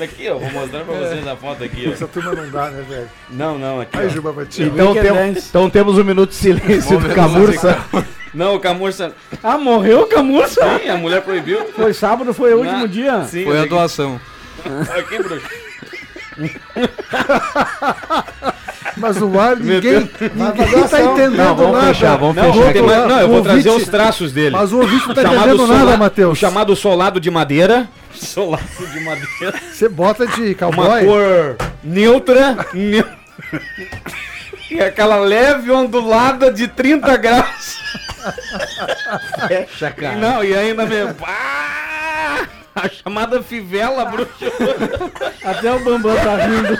Speaker 11: Aqui, ó, é? vou mostrar pra vocês a foto aqui,
Speaker 9: Essa turma não dá, né, velho?
Speaker 11: Não, não, aqui.
Speaker 9: Ai,
Speaker 11: ó.
Speaker 9: Juba, vai te-
Speaker 10: um
Speaker 3: Então, tem- então temos um minuto de silêncio do Camurça.
Speaker 11: Não, o Camurça.
Speaker 10: Ah, morreu o Ah. Camurça?
Speaker 11: Sim, a mulher proibiu.
Speaker 10: Foi sábado, foi o último
Speaker 11: Na-
Speaker 10: dia?
Speaker 11: Sim, né?
Speaker 5: Foi a
Speaker 11: tem que-
Speaker 5: doação.
Speaker 11: Aqui, bruxo.
Speaker 9: Mas o ar, ninguém, ninguém tá
Speaker 11: ação.
Speaker 9: entendendo
Speaker 11: Não, vamos
Speaker 9: nada.
Speaker 11: fechar, vamos
Speaker 9: Não,
Speaker 11: fechar.
Speaker 9: o-
Speaker 11: Tem mais- não, eu
Speaker 9: o
Speaker 11: vou trazer
Speaker 9: ouvinte-
Speaker 11: os traços dele.
Speaker 9: Mas o ouvinte não tá
Speaker 11: Chamado
Speaker 9: entendendo nada,
Speaker 11: sola-
Speaker 9: Matheus.
Speaker 11: o Chamado solado de madeira. Solado de madeira.
Speaker 9: Você bota de
Speaker 11: Uma
Speaker 9: cowboy.
Speaker 11: cor neutra. neu- [laughs] e aquela leve ondulada de 30 graus.
Speaker 3: Fecha, cara.
Speaker 11: Não, e ainda mesmo. Ah, a chamada fivela, bruxo.
Speaker 10: Até o Bambam tá rindo.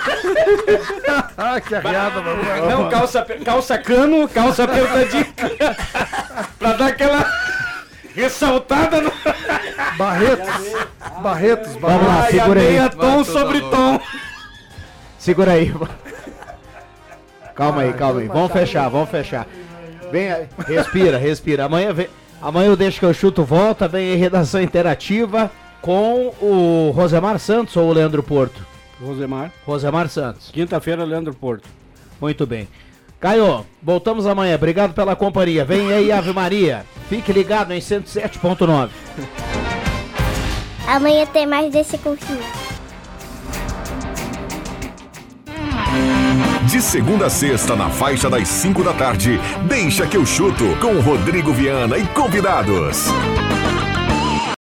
Speaker 9: Ah, [laughs] que arreada, mano.
Speaker 11: Não, calça, aper- calça cano, calça apertadinha. [laughs] pra dar aquela ressaltada no.
Speaker 9: Barretos. Barretos,
Speaker 3: Vamos lá,
Speaker 11: Ai, a
Speaker 3: segura aí.
Speaker 11: meia tom sobre tom.
Speaker 3: Segura aí. Calma aí, calma aí. Vamos fechar, vamos fechar. Vem aí. Respira, respira. Amanhã vem. Amanhã eu deixo que eu chuto volta, vem aí redação interativa com o Rosemar Santos ou o Leandro Porto?
Speaker 10: Rosemar.
Speaker 3: Rosemar Santos.
Speaker 10: Quinta-feira, Leandro Porto.
Speaker 3: Muito bem. Caio, voltamos amanhã. Obrigado pela companhia. Vem aí, Ave Maria. Fique ligado em 107.9.
Speaker 21: Amanhã tem mais desse cursinho.
Speaker 1: De segunda a sexta, na faixa das 5 da tarde, deixa que eu chuto com Rodrigo Viana e convidados.